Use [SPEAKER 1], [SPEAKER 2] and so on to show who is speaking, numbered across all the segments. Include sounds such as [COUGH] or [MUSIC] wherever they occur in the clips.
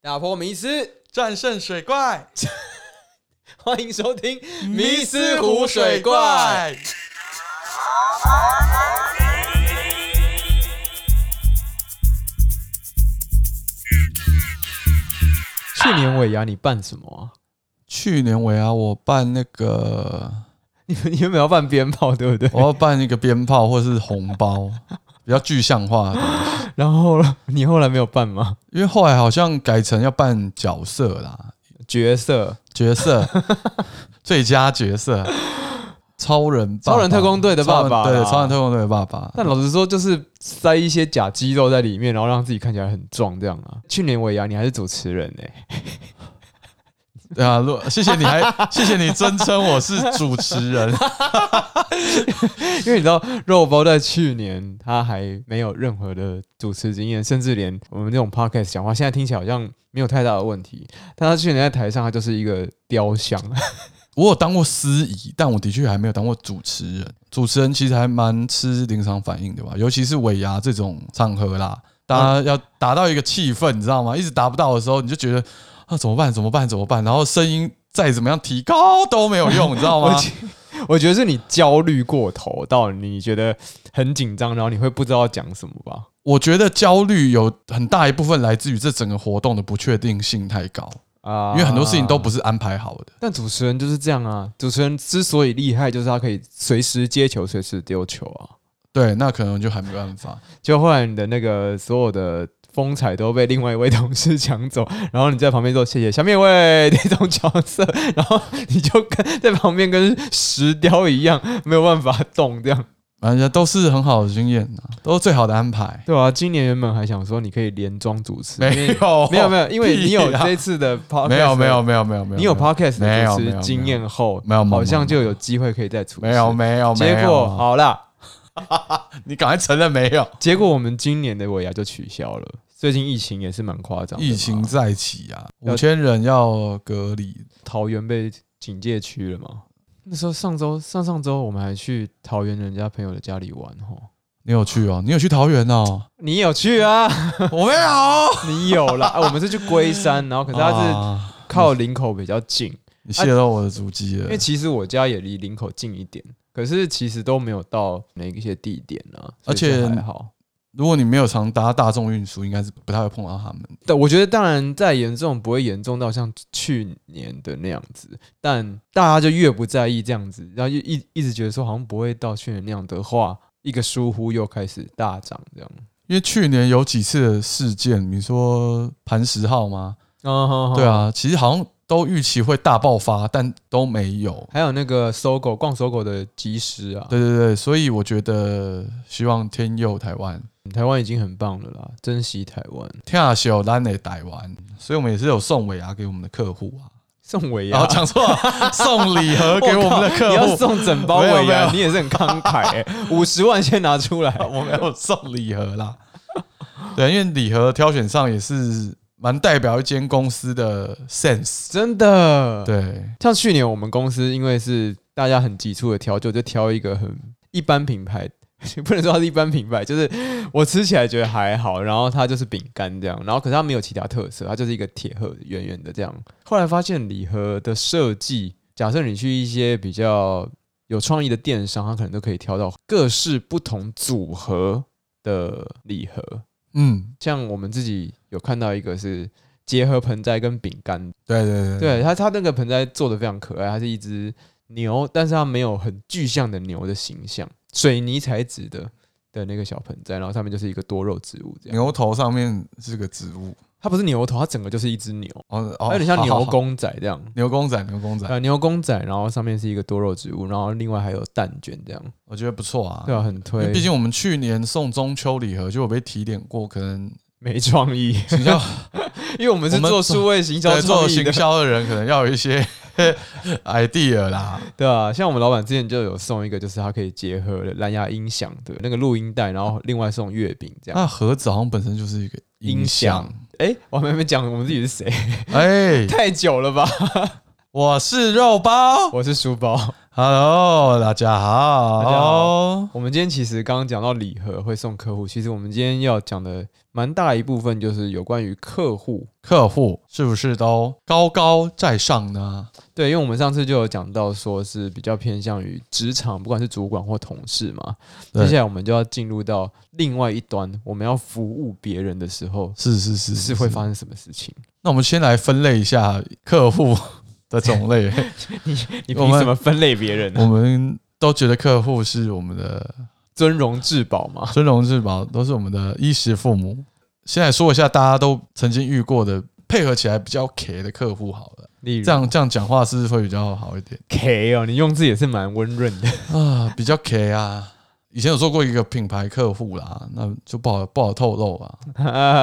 [SPEAKER 1] 打破迷思，
[SPEAKER 2] 战胜水怪，
[SPEAKER 1] 欢迎收听《迷
[SPEAKER 2] 思
[SPEAKER 1] 思湖水怪》。去年尾牙你办什么啊？ [LAUGHS]
[SPEAKER 2] 去年尾啊，我办那个，
[SPEAKER 1] 你们你们要办鞭炮对不对？
[SPEAKER 2] 我要办一个鞭炮或是红包， [LAUGHS] 比较具象化的东西。
[SPEAKER 1] 然后呢你后来没有办吗？
[SPEAKER 2] 因为后来好像改成要办角色啦，
[SPEAKER 1] 角色 [LAUGHS]
[SPEAKER 2] 角色，最佳角色，超人爸爸，
[SPEAKER 1] 超人特工队的爸爸
[SPEAKER 2] 超人对，
[SPEAKER 1] 啦
[SPEAKER 2] 超人特工队的爸爸。
[SPEAKER 1] 但老实说，就是塞一些假肌肉在里面，然后让自己看起来很壮这样啊。去年尾牙你还是主持人欸呢、
[SPEAKER 2] 对啊，如谢谢你还谢谢你尊称我是主持人，
[SPEAKER 1] [LAUGHS] 因为你知道肉包在去年他还没有任何的主持经验，甚至连我们这种 podcast 讲话，现在听起来好像没有太大的问题。但他去年在台上，他就是一个雕像，
[SPEAKER 2] 我有当过司仪，但我的确还没有当过主持人。主持人其实还蛮吃临场反应的吧，尤其是尾牙这种场合啦，大家要达到一个气氛，你知道吗？一直达不到的时候，你就觉得啊怎么办？怎么办？怎么办？然后声音再怎么样提高都没有用，你知道
[SPEAKER 1] [LAUGHS] 我
[SPEAKER 2] 吗？
[SPEAKER 1] 觉我觉得是你焦虑过头到你觉得很紧张，然后你会不知道讲什么吧？
[SPEAKER 2] 我觉得焦虑有很大一部分来自于这整个活动的不确定性太高，
[SPEAKER 1] 啊、
[SPEAKER 2] 因为很多事情都不是安排好的。
[SPEAKER 1] 但主持人就是这样啊，主持人之所以厉害，就是他可以随时接球，随时丢球啊。
[SPEAKER 2] 对，那可能就还没办法。
[SPEAKER 1] 就后来你的那个所有的风采都被另外一位同事抢走， [LAUGHS] 然后你在旁边说谢谢下面一位那种角色， [LAUGHS] 然后你就跟在旁边跟石雕一样，没有办法动这样。
[SPEAKER 2] 反正都是很好的经验呐、都是最好的安排。
[SPEAKER 1] 对啊，今年原本还想说你可以连庄主持，因
[SPEAKER 2] 没
[SPEAKER 1] 为
[SPEAKER 2] 有，
[SPEAKER 1] 没有没有，因为你有
[SPEAKER 2] 哦屁啦啊
[SPEAKER 1] 这次的 podcast，
[SPEAKER 2] 没有没有
[SPEAKER 1] 的，
[SPEAKER 2] 没有没有没有，
[SPEAKER 1] 你有 podcast
[SPEAKER 2] 没
[SPEAKER 1] 的
[SPEAKER 2] 有
[SPEAKER 1] 主
[SPEAKER 2] 没有
[SPEAKER 1] 持
[SPEAKER 2] 没有
[SPEAKER 1] 经验后，
[SPEAKER 2] 没有没有
[SPEAKER 1] 好像就有机会可以再主持。
[SPEAKER 2] 没有，没有，
[SPEAKER 1] 结
[SPEAKER 2] 没
[SPEAKER 1] 果
[SPEAKER 2] 有，
[SPEAKER 1] 好啦，
[SPEAKER 2] 你赶快承认没有。
[SPEAKER 1] 结果我们今年的尾牙就取消了。最近疫情也是蛮夸张的嘛，
[SPEAKER 2] 疫情再起啊，
[SPEAKER 1] 要
[SPEAKER 2] 五千人要隔离，
[SPEAKER 1] 桃园被警戒区了嘛。那时候上周、上上周我们还去桃园人家朋友的家里玩吼，
[SPEAKER 2] 你有去哦？你有去桃园
[SPEAKER 1] [LAUGHS]
[SPEAKER 2] 哦？
[SPEAKER 1] 你有去啊？
[SPEAKER 2] 我没
[SPEAKER 1] [LAUGHS]
[SPEAKER 2] 有。
[SPEAKER 1] 你有啦、啊我们是去龟山，然后可是它是
[SPEAKER 2] 啊
[SPEAKER 1] 靠林口比较近，
[SPEAKER 2] 你泄露我的足迹
[SPEAKER 1] 因
[SPEAKER 2] 了
[SPEAKER 1] 为。其实我家也离林口近一点，可是其实都没有到那一些地点啊，所以
[SPEAKER 2] 而且
[SPEAKER 1] 就还好。
[SPEAKER 2] 如果你没有常搭大众运输，应该是不太会碰到他们。
[SPEAKER 1] 但我觉得当然再严重不会严重到像去年的那样子，但大家就越不在意这样子，然后就一一直觉得说好像不会到去年那样的话，一个疏忽又开始大涨这样。
[SPEAKER 2] 因为去年有几次的事件，比如说磐石号吗？
[SPEAKER 1] 啊、
[SPEAKER 2] 对，啊，其实好像都预期会大爆发，但都没有。
[SPEAKER 1] 还有那个搜狗逛搜狗的及时啊，
[SPEAKER 2] 对对对，所以我觉得希望天佑台湾，
[SPEAKER 1] 台湾已经很棒了啦，珍惜台湾。
[SPEAKER 2] 天下有咱的台湾，所以我们也是有送尾牙给我们的客户啊，
[SPEAKER 1] 送尾
[SPEAKER 2] 然
[SPEAKER 1] 牙
[SPEAKER 2] 后，讲错
[SPEAKER 1] [LAUGHS]
[SPEAKER 2] 了，送礼盒 [LAUGHS] 给我们的
[SPEAKER 1] 你
[SPEAKER 2] 客
[SPEAKER 1] 要
[SPEAKER 2] 户，
[SPEAKER 1] 送整包
[SPEAKER 2] 没有
[SPEAKER 1] 尾
[SPEAKER 2] 没
[SPEAKER 1] 牙，
[SPEAKER 2] 有
[SPEAKER 1] 你也是很慷慨、欸， [LAUGHS] 五十万先拿出
[SPEAKER 2] [LAUGHS]
[SPEAKER 1] 来。
[SPEAKER 2] 我没有送礼盒啦。对，因为礼盒挑选上也是蛮代表一间公司的 sense。
[SPEAKER 1] 真的，
[SPEAKER 2] 对，
[SPEAKER 1] 像去年我们公司因为是大家很急促的挑，就就挑一个很一般品牌， [LAUGHS] 不能说它是一般品牌，就是我吃起来觉得还好，然后它就是饼干这样，然后可是它没有其他特色，它就是一个铁盒圆圆的这样。后来发现礼盒的设计，假设你去一些比较有创意的电商，它可能都可以挑到各式不同组合的礼盒。
[SPEAKER 2] 嗯，
[SPEAKER 1] 像我们自己有看到一个是结合盆栽跟饼干
[SPEAKER 2] 对对对
[SPEAKER 1] 对它，它那个盆栽做的非常可爱，它是一只牛，但是它没有很具象的牛的形象，水泥材质的的那个小盆栽，然后上面就是一个多肉植物这样。
[SPEAKER 2] 牛头上面是个植物，
[SPEAKER 1] 它不是牛头，它整个就是一只牛，
[SPEAKER 2] 哦
[SPEAKER 1] 它
[SPEAKER 2] 哦，
[SPEAKER 1] 有点像
[SPEAKER 2] 好
[SPEAKER 1] 牛，
[SPEAKER 2] 好好
[SPEAKER 1] 公仔这样。
[SPEAKER 2] 牛公仔，牛公仔，
[SPEAKER 1] 呃，牛公仔，然后上面是一个多肉植物，然后另外还有蛋卷这样，
[SPEAKER 2] 我觉得不错啊。
[SPEAKER 1] 对啊，很
[SPEAKER 2] 因
[SPEAKER 1] 推，
[SPEAKER 2] 为毕竟我们去年送中秋礼盒就有被提点过，可能
[SPEAKER 1] 没创意， [LAUGHS]
[SPEAKER 2] 比较
[SPEAKER 1] 因为我们是
[SPEAKER 2] 我们
[SPEAKER 1] 做数位行销
[SPEAKER 2] 对做
[SPEAKER 1] 创意的
[SPEAKER 2] 行，销的人可能要有
[SPEAKER 1] [LAUGHS]
[SPEAKER 2] 一些 idea 啦。
[SPEAKER 1] 对啊，像我们老板之前就有送一个，就是它可以结合蓝牙音响的那个录音带，然后另外送月饼这样。
[SPEAKER 2] 那盒子好像本身就是一个
[SPEAKER 1] 音响。哎、我还没讲我们自己是谁， [LAUGHS]
[SPEAKER 2] 哎，
[SPEAKER 1] 太久了吧？
[SPEAKER 2] 我是肉包，
[SPEAKER 1] 我是书包，
[SPEAKER 2] Hello，大家好，
[SPEAKER 1] 大家我们今天其实刚刚讲到礼盒会送客户，其实我们今天要讲的蛮大一部分就是有关于客户。
[SPEAKER 2] 客户是不是都高高在上呢？
[SPEAKER 1] 对，因为我们上次就有讲到，说是比较偏向于职场，不管是主管或同事嘛。
[SPEAKER 2] 对
[SPEAKER 1] 接下来我们就要进入到另外一端，我们要服务别人的时候，
[SPEAKER 2] 是是是
[SPEAKER 1] 是会发生什么事情？
[SPEAKER 2] 那我们先来分类一下客户的种类。
[SPEAKER 1] [LAUGHS] 你
[SPEAKER 2] 我
[SPEAKER 1] 凭
[SPEAKER 2] 们
[SPEAKER 1] 什么分类别人呢、
[SPEAKER 2] 我们都觉得客户是我们的
[SPEAKER 1] 尊荣至宝嘛，
[SPEAKER 2] 尊荣至宝，都是我们的衣食父母。先来说一下大家都曾经遇过的配合起来比较 K 的客户好了，
[SPEAKER 1] 例如
[SPEAKER 2] 这样这样讲话是不是会比较好一点
[SPEAKER 1] K 哦，你用字也是蛮温润的。
[SPEAKER 2] 啊？比较 K 啊。以前有做过一个品牌客户啦，那就不好不好透露啊。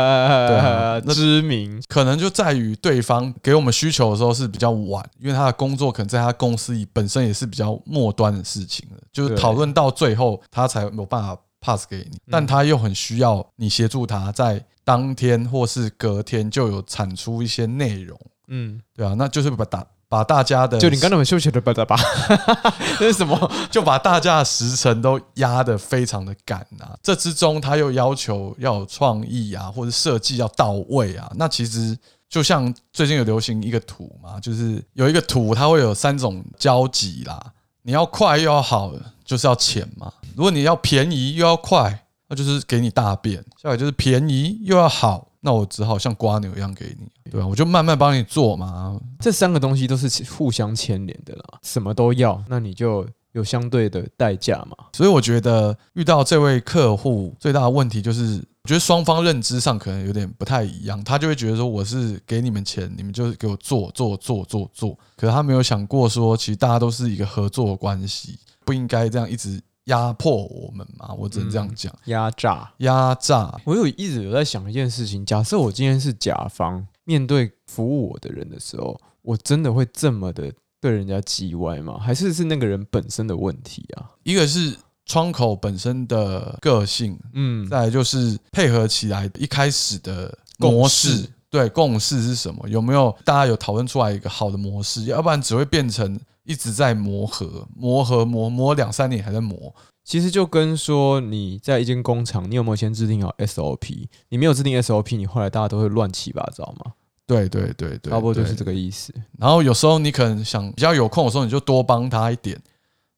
[SPEAKER 2] 啊那
[SPEAKER 1] 知名
[SPEAKER 2] 可能就在于对方给我们需求的时候是比较晚，因为他的工作可能在他公司里本身也是比较末端的事情了，就是
[SPEAKER 1] 对
[SPEAKER 2] 讨论到最后他才有办法 pass 给你，
[SPEAKER 1] 嗯
[SPEAKER 2] 但他又很需要你协助他在当天或是隔天就有产出一些内容，
[SPEAKER 1] 嗯，
[SPEAKER 2] 对啊，那就是把大把大家的
[SPEAKER 1] 就你刚才我们休息的吧吧 [LAUGHS] 吧，这是什么？
[SPEAKER 2] 就把大家的时辰都压得非常的赶啊。这之中他又要求要有创意啊，或者设计要到位啊。那其实就像最近有流行一个图嘛，就是有一个图它会有三种交集啦，你要快又要好，就是要钱嘛。如果你要便宜又要快，那就是给你大便；下来就是便宜又要好。那我只好像瓜牛一样给你，对吧、我就慢慢帮你做嘛，
[SPEAKER 1] 这三个东西都是互相牵连的啦，什么都要，那你就有相对的代价嘛。
[SPEAKER 2] 所以我觉得遇到这位客户最大的问题就是，我觉得双方认知上可能有点不太一样，他就会觉得说我是给你们钱，你们就是给我做做做做做，可是他没有想过说，其实大家都是一个合作的关系，不应该这样一直压迫我们嘛，我只能这样讲，
[SPEAKER 1] 压榨。
[SPEAKER 2] 压榨。
[SPEAKER 1] 我有一直有在想一件事情，假设我今天是甲方，面对服务我的人的时候，我真的会这么的对人家叽歪吗？还是是那个人本身的问题啊？
[SPEAKER 2] 一个是窗口本身的个性，
[SPEAKER 1] 嗯，
[SPEAKER 2] 再来就是配合起来一开始的模
[SPEAKER 1] 共
[SPEAKER 2] 式
[SPEAKER 1] 识，
[SPEAKER 2] 对共识是什么？有没有大家有讨论出来一个好的模式？要不然只会变成一直在磨合，磨合磨磨两三年还在磨。
[SPEAKER 1] 其实就跟说你在一间工厂，你有没有先制定好 SOP？你没有制定 SOP，你后来大家都会乱七八糟嘛，
[SPEAKER 2] 对对对对，
[SPEAKER 1] 差不多就是
[SPEAKER 2] 对
[SPEAKER 1] 这个意思。
[SPEAKER 2] 然后有时候你可能想比较有空的时候，你就多帮他一点，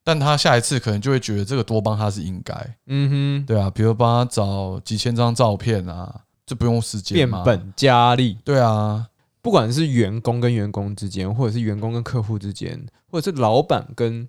[SPEAKER 2] 但他下一次可能就会觉得这个多帮他是应该，
[SPEAKER 1] 嗯哼，
[SPEAKER 2] 对啊，比如帮他找几千张照片啊，这不用时间
[SPEAKER 1] 变
[SPEAKER 2] 嘛，
[SPEAKER 1] 本加厉。
[SPEAKER 2] 对啊，
[SPEAKER 1] 不管是员工跟员工之间，或者是员工跟客户之间，或者是老板跟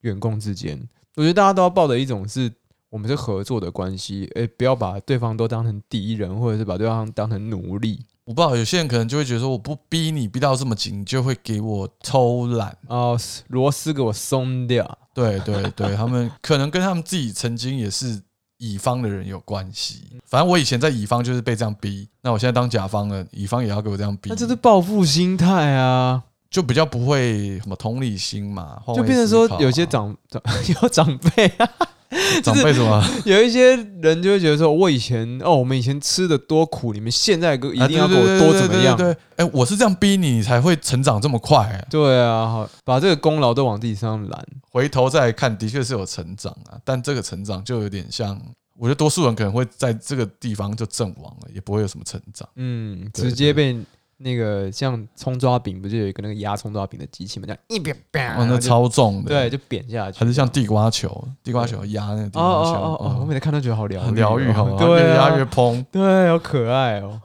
[SPEAKER 1] 员工之间，我觉得大家都要抱着一种是我们是合作的关系，诶、不要把对方都当成敌人，或者是把对方当成奴隶
[SPEAKER 2] 我不知道，有些人可能就会觉得说，我不逼你逼到这么紧，你就会给我偷懒。
[SPEAKER 1] 啊，螺丝给我松掉。
[SPEAKER 2] 对对对，他们可能跟他们自己曾经也是乙方的人有关系。反正我以前在乙方就是被这样逼，那我现在当甲方了，乙方也要给我这样逼，
[SPEAKER 1] 那这是报复心态啊，
[SPEAKER 2] 就比较不会什么同理心嘛，换
[SPEAKER 1] 就
[SPEAKER 2] 位
[SPEAKER 1] 变成
[SPEAKER 2] 思
[SPEAKER 1] 说
[SPEAKER 2] 考啊
[SPEAKER 1] 有些长 [LAUGHS] 长有长辈啊，
[SPEAKER 2] 长辈什么，
[SPEAKER 1] 有一些人就会觉得说，我以前哦，我们以前吃的多苦，你们现在给我一定要给我多怎么样
[SPEAKER 2] 啊？对对对对对对，哎、我是这样逼你，你才会成长这么快、哎
[SPEAKER 1] 对啊，好把这个功劳都往自己身上揽。
[SPEAKER 2] 回头再看，的确是有成长啊，但这个成长就有点像，我觉得多数人可能会在这个地方就阵亡了，也不会有什么成长。
[SPEAKER 1] 嗯，
[SPEAKER 2] 对
[SPEAKER 1] 直接被那个像葱抓饼，不就有一个那个压葱抓饼的机器嘛，这样一扁扁，
[SPEAKER 2] 哇，哦那超重的，
[SPEAKER 1] 啊对，，就扁下去，
[SPEAKER 2] 还是像地瓜球，地瓜球压那个地
[SPEAKER 1] 哦
[SPEAKER 2] 瓜球，
[SPEAKER 1] 哦哦哦，我每
[SPEAKER 2] 嗯
[SPEAKER 1] 次看都觉得好疗愈哦，
[SPEAKER 2] 很疗愈，好
[SPEAKER 1] [LAUGHS]
[SPEAKER 2] 吗？
[SPEAKER 1] 对
[SPEAKER 2] 越
[SPEAKER 1] 啊，
[SPEAKER 2] 压越砰，
[SPEAKER 1] 对，好可爱哦，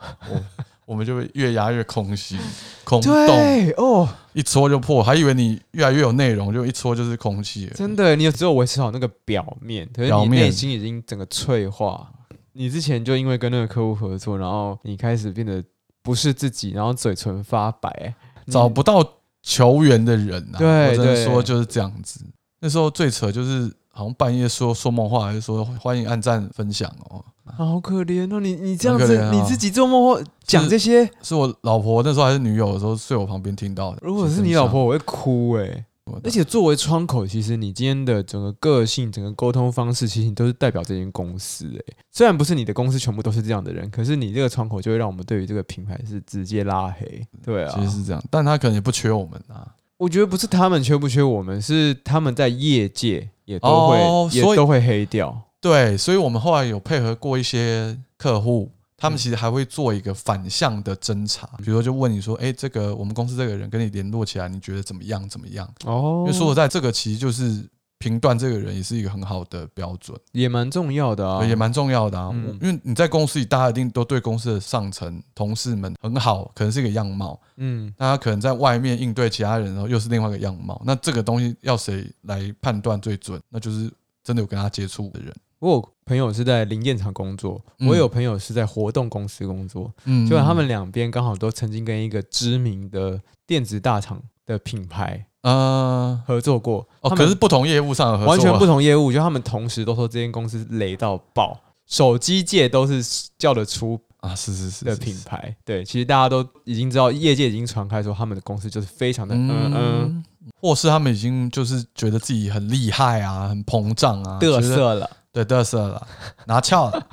[SPEAKER 2] 我们就会越压越空虚、空洞，
[SPEAKER 1] 对哦，
[SPEAKER 2] 一戳就破，还以为你越来越有内容，就一戳就是空气了。
[SPEAKER 1] 真的，你有只有维持好那个表面，可是
[SPEAKER 2] 表
[SPEAKER 1] 你
[SPEAKER 2] 面
[SPEAKER 1] 内心已经整个脆化。你之前就因为跟那个客户合作，然后你开始变得不是自己，然后嘴唇发白，
[SPEAKER 2] 找不到球员的人啊。
[SPEAKER 1] 对
[SPEAKER 2] 我只能说
[SPEAKER 1] 对
[SPEAKER 2] 就是这样子。那时候最扯就是好像半夜说说梦话，还是说欢迎按赞分享
[SPEAKER 1] 啊
[SPEAKER 2] 哦。
[SPEAKER 1] 好可怜哦！你你这样
[SPEAKER 2] 很可
[SPEAKER 1] 子，
[SPEAKER 2] 怜啊
[SPEAKER 1] 你自己做梦或讲这些，
[SPEAKER 2] 是我老婆那时候还是女友的时候睡我旁边听到的。
[SPEAKER 1] 如果是你老婆，
[SPEAKER 2] 其
[SPEAKER 1] 我会哭诶、
[SPEAKER 2] 实很
[SPEAKER 1] 而
[SPEAKER 2] 伤，
[SPEAKER 1] 且作为窗口，其实你今天的整个个性、整个沟通方式，其实你都是代表这间公司诶、虽然不是你的公司全部都是这样的人，可是你这个窗口就会让我们对于这个品牌是直接拉黑。对啊，
[SPEAKER 2] 其实是这样，但她可能也不缺我们啊。
[SPEAKER 1] 我觉得不是他们缺不缺我们，是他们在业界也都会、
[SPEAKER 2] 哦
[SPEAKER 1] 也
[SPEAKER 2] 所以
[SPEAKER 1] 都会黑掉。
[SPEAKER 2] 对，所以我们后来有配合过一些客户，他们其实还会做一个反向的侦查，比如说就问你说，哎、这个我们公司这个人跟你联络起来，你觉得怎么样？怎么样？
[SPEAKER 1] 哦
[SPEAKER 2] 因为说实在，这个其实就是评断这个人也是一个很好的标准，
[SPEAKER 1] 也蛮重要的啊，
[SPEAKER 2] 也蛮重要的啊。
[SPEAKER 1] 嗯
[SPEAKER 2] 因为你在公司里，大家一定都对公司的上层同事们很好，可能是一个样貌；
[SPEAKER 1] 嗯，
[SPEAKER 2] 那他可能在外面应对其他人，然后又是另外一个样貌。那这个东西要谁来判断最准？那就是真的有跟他接触的人。
[SPEAKER 1] 我有朋友是在零件厂工作，
[SPEAKER 2] 嗯
[SPEAKER 1] 我有朋友是在活动公司工作，
[SPEAKER 2] 嗯
[SPEAKER 1] 就他们两边刚好都曾经跟一个知名的电子大厂的品牌
[SPEAKER 2] 呃，
[SPEAKER 1] 合作过，
[SPEAKER 2] 哦，
[SPEAKER 1] 他
[SPEAKER 2] 可
[SPEAKER 1] 们
[SPEAKER 2] 是不同业务上的合作啊、
[SPEAKER 1] 完全不同业务，就他们同时都说这间公司雷到爆，手机界都是叫得出
[SPEAKER 2] 啊，是是是
[SPEAKER 1] 的
[SPEAKER 2] 是
[SPEAKER 1] 品
[SPEAKER 2] 是
[SPEAKER 1] 牌。对，其实大家都已经知道，业界已经传开说他们的公司就是非常的嗯嗯。
[SPEAKER 2] 嗯，或是他们已经就是觉得自己很厉害啊，很膨胀啊，
[SPEAKER 1] 得
[SPEAKER 2] 觉得
[SPEAKER 1] 瑟了，
[SPEAKER 2] 对得瑟了，拿翘了，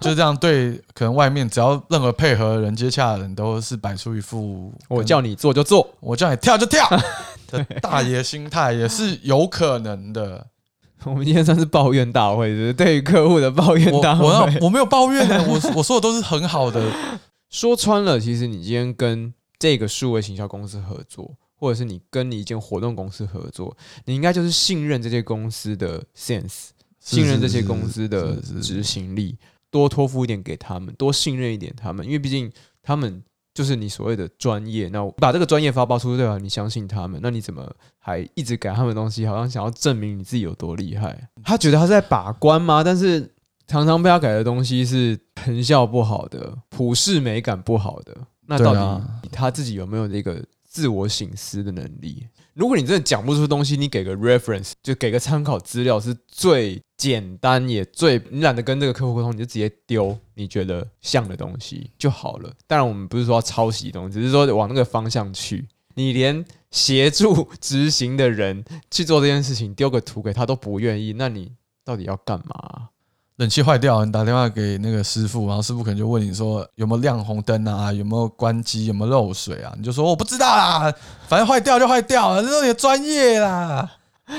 [SPEAKER 2] 就这样对，可能外面只要任何配合的人接洽的人都是摆出一副
[SPEAKER 1] 我叫你做就做，
[SPEAKER 2] 我叫你跳就
[SPEAKER 1] [LAUGHS]
[SPEAKER 2] 跳的大爷心态，也是有可
[SPEAKER 1] [LAUGHS]
[SPEAKER 2] 能的。
[SPEAKER 1] 我们今天算是抱怨大会，就是对于客户的抱怨
[SPEAKER 2] 我
[SPEAKER 1] 大会。[LAUGHS]
[SPEAKER 2] 我要我没有抱怨的，我我说的都是很好的，
[SPEAKER 1] 说穿了，其实你今天跟这个数位行销公司合作，或者是你跟你一间活动公司合作，你应该就是信任这些公司的 sense，
[SPEAKER 2] 是
[SPEAKER 1] [LAUGHS] 信任这些
[SPEAKER 2] 是
[SPEAKER 1] 公司的
[SPEAKER 2] 是是是
[SPEAKER 1] 执行力，多托付一点给他们，多信任一点他们，因为毕竟他们就是你所谓的专业。那我把这个专业发包出去，对吧？你相信他们，那你怎么还一直改他们的东西？好像想要证明你自己有多厉害。他觉得他是在把关吗？但是常常被他改的东西是成效不好的，普世美感不好的。那
[SPEAKER 2] 对
[SPEAKER 1] 到
[SPEAKER 2] 啊
[SPEAKER 1] 底他自己有没有这个自我醒思的能力？如果你真的讲不出东西，你给个 reference，就给个参考资料是最简单也最你懒得跟这个客户沟通，你就直接丢你觉得像的东西就好了。当然，我们不是说要抄袭东西，只是说往那个方向去。你连协助执行的人去做这件事情，丢个图给他都不愿意，那你到底要干嘛 [LAUGHS] 啊、
[SPEAKER 2] 冷气坏掉，你打电话给那个师傅，然后师傅可能就问你说有没有亮红灯啊，有没有关机，有没有漏水啊？你就说我不知道啦，反正坏掉就坏掉了，这是你的专业啦。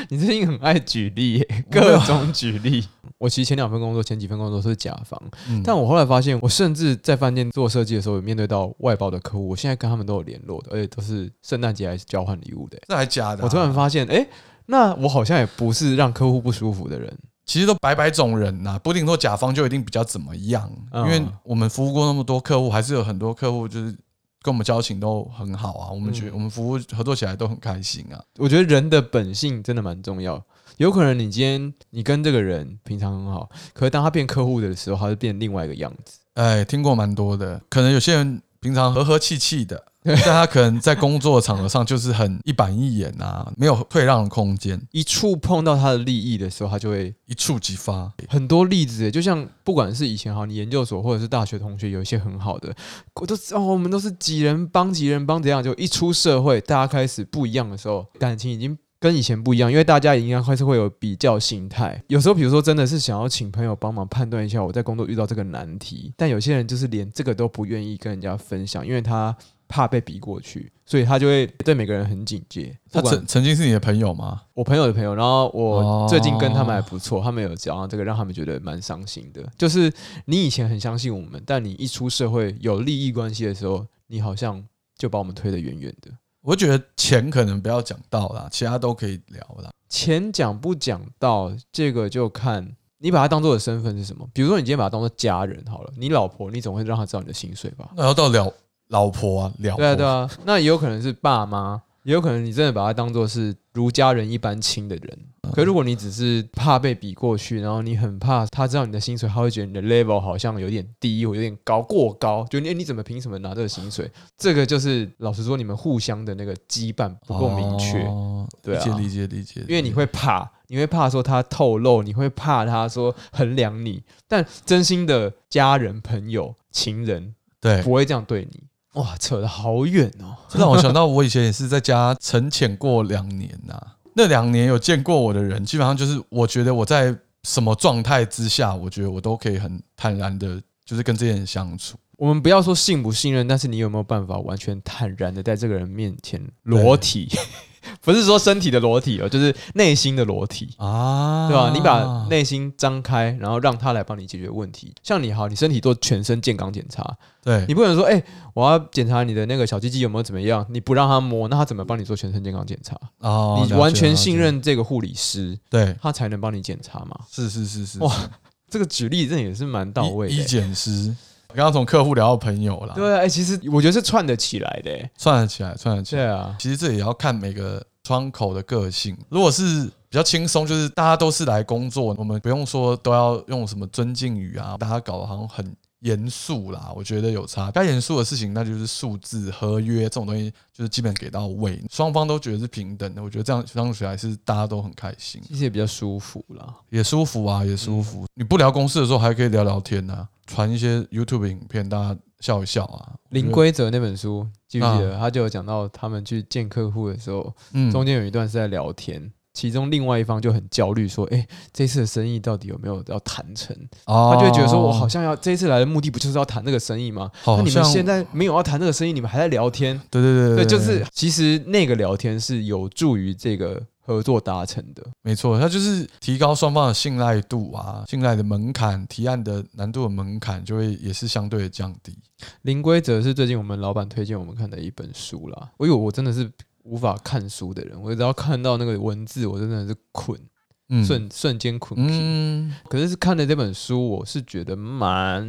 [SPEAKER 1] 你最近很爱举例耶、
[SPEAKER 2] 我没
[SPEAKER 1] 各
[SPEAKER 2] 有
[SPEAKER 1] 种举例。 [LAUGHS] 我其实前两份工作、前几份工作都是甲方，
[SPEAKER 2] 嗯
[SPEAKER 1] 但我后来发现，我甚至在饭店做设计的时候，有面对到外包的客户，我现在跟他们都有联络的，而且都是圣诞节来交换礼物的耶、
[SPEAKER 2] 这还假的啊、
[SPEAKER 1] 我突然发现，哎、那我好像也不是让客户不舒服的人。
[SPEAKER 2] 其实都百百种人呐、不一定说甲方就一定比较怎么样，
[SPEAKER 1] 嗯
[SPEAKER 2] 因为我们服务过那么多客户，还是有很多客户就是跟我们交情都很好啊，我们觉得
[SPEAKER 1] 嗯
[SPEAKER 2] 我们服务合作起来都很开心啊。
[SPEAKER 1] 我觉得人的本性真的蛮重要。有可能你今天你跟这个人平常很好，可是当他变客户的时候，他就变另外一个样子。
[SPEAKER 2] 哎，听过蛮多的，可能有些人平常和和气气的， [LAUGHS] 但他可能在工作场合上就是很一板一眼啊，没有退让的空间，
[SPEAKER 1] 一触碰到他的利益的时候，他就会
[SPEAKER 2] 一触即发。
[SPEAKER 1] 很多例子耶，就像不管是以前哈，你研究所或者是大学同学，有一些很好的，我都知哦，我们都是几人帮几人帮怎样，就一出社会，大家开始不一样的时候，感情已经跟以前不一样，因为大家应该开始会有比较心态。有时候，比如说真的是想要请朋友帮忙判断一下我在工作遇到这个难题，但有些人就是连这个都不愿意跟人家分享，因为他怕被比过去，所以他就会对每个人很警戒。
[SPEAKER 2] 他
[SPEAKER 1] 不管
[SPEAKER 2] 曾曾经是你的朋友吗？
[SPEAKER 1] 我朋友的朋友，然后
[SPEAKER 2] 哦
[SPEAKER 1] 我最近跟他们还不错，他们有讲到这个，让他们觉得蛮伤心的。就是你以前很相信我们，但你一出社会有利益关系的时候，你好像就把我们推得远远的。
[SPEAKER 2] 我觉得钱可能不要讲到啦，其他都可以聊啦。
[SPEAKER 1] 钱讲不讲到这个，就看你把它当做的身份是什么。比如说，你今天把它当做家人好了，你老婆，你总会让她知道你的薪水吧？
[SPEAKER 2] 那要到聊老婆啊，聊
[SPEAKER 1] 对啊，对
[SPEAKER 2] 啊，
[SPEAKER 1] 啊，那也有可能是爸妈，也有可能你真的把他当做是如家人一般亲的人。
[SPEAKER 2] 嗯
[SPEAKER 1] 可如果你只是怕被比过去，然后你很怕他知道你的薪水，他会觉得你的 level 好像有点低，或有点高过高，就你诶你怎么凭什么拿这个薪水？这个就是老实说，你们互相的那个羁绊不够明确，
[SPEAKER 2] 哦
[SPEAKER 1] 对啊
[SPEAKER 2] 理解理解理解，
[SPEAKER 1] 因为你会怕，你会怕说他透露，你会怕他说衡量你，但真心的家人、朋友、情人
[SPEAKER 2] 对， [LAUGHS]
[SPEAKER 1] 不会这样对你。哇，扯得好远哦！
[SPEAKER 2] 这让我想到我以前也是在家沉潜过两年呐、那两年有见过我的人，基本上就是我觉得我在什么状态之下，我觉得我都可以很坦然的，就是跟这些人相处。
[SPEAKER 1] 我们不要说信不信任，但是你有没有办法完全坦然的在这个人面前裸体不是说身体的裸体哦，就是内心的裸体，
[SPEAKER 2] 啊，
[SPEAKER 1] 对吧、你把内心张开，然后让他来帮你解决问题。像你好，你身体做全身健康检查，
[SPEAKER 2] 对
[SPEAKER 1] 你不能说，哎、我要检查你的那个小鸡鸡有没有怎么样，你不让他摸，那他怎么帮你做全身健康检查？
[SPEAKER 2] 哦，了
[SPEAKER 1] 你
[SPEAKER 2] 解
[SPEAKER 1] 完全信，
[SPEAKER 2] 了
[SPEAKER 1] 任这个护理师，
[SPEAKER 2] 解对，
[SPEAKER 1] 他才能帮你检查嘛。
[SPEAKER 2] 是是是是，
[SPEAKER 1] 哇，这个举例真的也是蛮到位
[SPEAKER 2] 医医
[SPEAKER 1] 的、
[SPEAKER 2] 检师，刚刚从客户聊到朋友啦，
[SPEAKER 1] 对啊，哎、其实我觉得是串得起来的、哎
[SPEAKER 2] 串得起来，串得起来。
[SPEAKER 1] 对啊，
[SPEAKER 2] 其实这也要看每个窗口的个性。如果是比较轻松，就是大家都是来工作，我们不用说都要用什么尊敬语啊，大家搞得好像很严肃啦。我觉得有差，该严肃的事情那就是数字、合约这种东西，就是基本给到位，双方都觉得是平等的。我觉得这样相处起来是大家都很开心，
[SPEAKER 1] 其实也比较舒服啦。
[SPEAKER 2] 也舒服啊，也舒
[SPEAKER 1] 嗯
[SPEAKER 2] 服。你不聊公司的时候，还可以聊聊天啊，传一些 YouTube 影片，大家笑一笑啊。
[SPEAKER 1] 《零，规则》那本书记不记得？他就有讲到他们去见客户的时候，
[SPEAKER 2] 嗯
[SPEAKER 1] 中间有一段是在聊天，其中另外一方就很焦虑，说：“哎、这次的生意到底有没有要谈成？”他
[SPEAKER 2] 他
[SPEAKER 1] 就会觉得说：“我好像要这一次来的目的不就是要谈这个生意吗？
[SPEAKER 2] 哦好
[SPEAKER 1] 那
[SPEAKER 2] 像
[SPEAKER 1] 你们现在没有要谈这个生意，你们还在聊天，
[SPEAKER 2] 对对
[SPEAKER 1] 对，
[SPEAKER 2] 对，
[SPEAKER 1] 就是其实那个聊天是有助于这个合作达成的。
[SPEAKER 2] 没错，它就是提高双方的信赖度啊，信赖的门槛，提案的难度的门槛就会也是相对的降低。
[SPEAKER 1] 零规则是最近我们老板推荐我们看的一本书啦。我有我真的是无法看书的人，我只要看到那个文字，我真的是困，
[SPEAKER 2] 嗯
[SPEAKER 1] 瞬瞬间困屁。
[SPEAKER 2] 嗯，
[SPEAKER 1] 可是是看了这本书，我是觉得蛮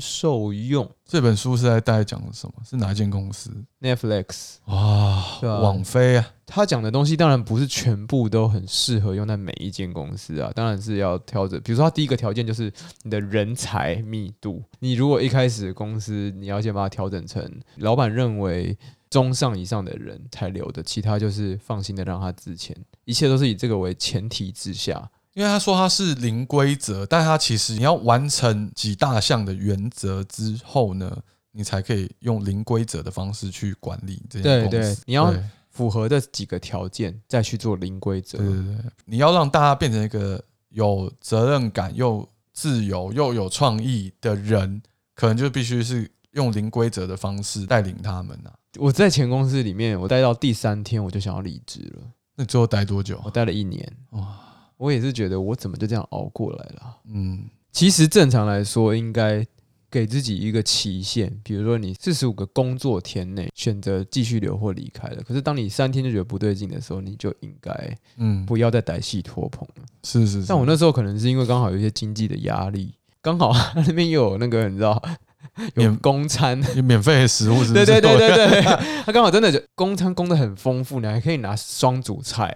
[SPEAKER 1] 受用。
[SPEAKER 2] 这本书是在大概讲什么？是哪一间公司？
[SPEAKER 1] Netflix
[SPEAKER 2] 哇，
[SPEAKER 1] 对啊
[SPEAKER 2] 网飞啊，
[SPEAKER 1] 他讲的东西当然不是全部都很适合用在每一间公司啊，当然是要挑着。比如说，他第一个条件就是你的人才密度。你如果一开始公司你要先把它调整成老板认为中上以上的人才留的，其他就是放心的让他自签，一切都是以这个为前提之下。
[SPEAKER 2] 因为他说他是零规则，但他其实你要完成几大项的原则之后呢，你才可以用零规则的方式去管理这
[SPEAKER 1] 对
[SPEAKER 2] 间公
[SPEAKER 1] 对
[SPEAKER 2] 司。
[SPEAKER 1] 你要
[SPEAKER 2] 对
[SPEAKER 1] 符合这几个条件再去做零规则
[SPEAKER 2] 对。对对，你要让大家变成一个有责任感、又自由又有创意的人，可能就必须是用零规则的方式带领他们啊。
[SPEAKER 1] 我在前公司里面，我待到第三天我就想要离职了，
[SPEAKER 2] 那你最后待多久啊
[SPEAKER 1] 我？待了一年，
[SPEAKER 2] 哇，
[SPEAKER 1] 我也是觉得我怎么就这样熬过来了啊。
[SPEAKER 2] 嗯，
[SPEAKER 1] 其实正常来说，应该给自己一个期限，比如说你四十五个工作天内选择继续留或离开了。可是当你三天就觉得不对劲的时候，你就应该
[SPEAKER 2] 嗯，
[SPEAKER 1] 不要再歹戏拖棚了。
[SPEAKER 2] 是是是，
[SPEAKER 1] 但我那时候可能是因为刚好有一些经济的压力， [LAUGHS] 刚好那边又有那个你知道 [LAUGHS] 有
[SPEAKER 2] 免
[SPEAKER 1] 公餐。
[SPEAKER 2] 有免费的食物是不
[SPEAKER 1] [LAUGHS] 对对
[SPEAKER 2] 是？
[SPEAKER 1] 对对对， [LAUGHS] 他刚好真的就公餐供的很丰富，你还可以拿双主菜、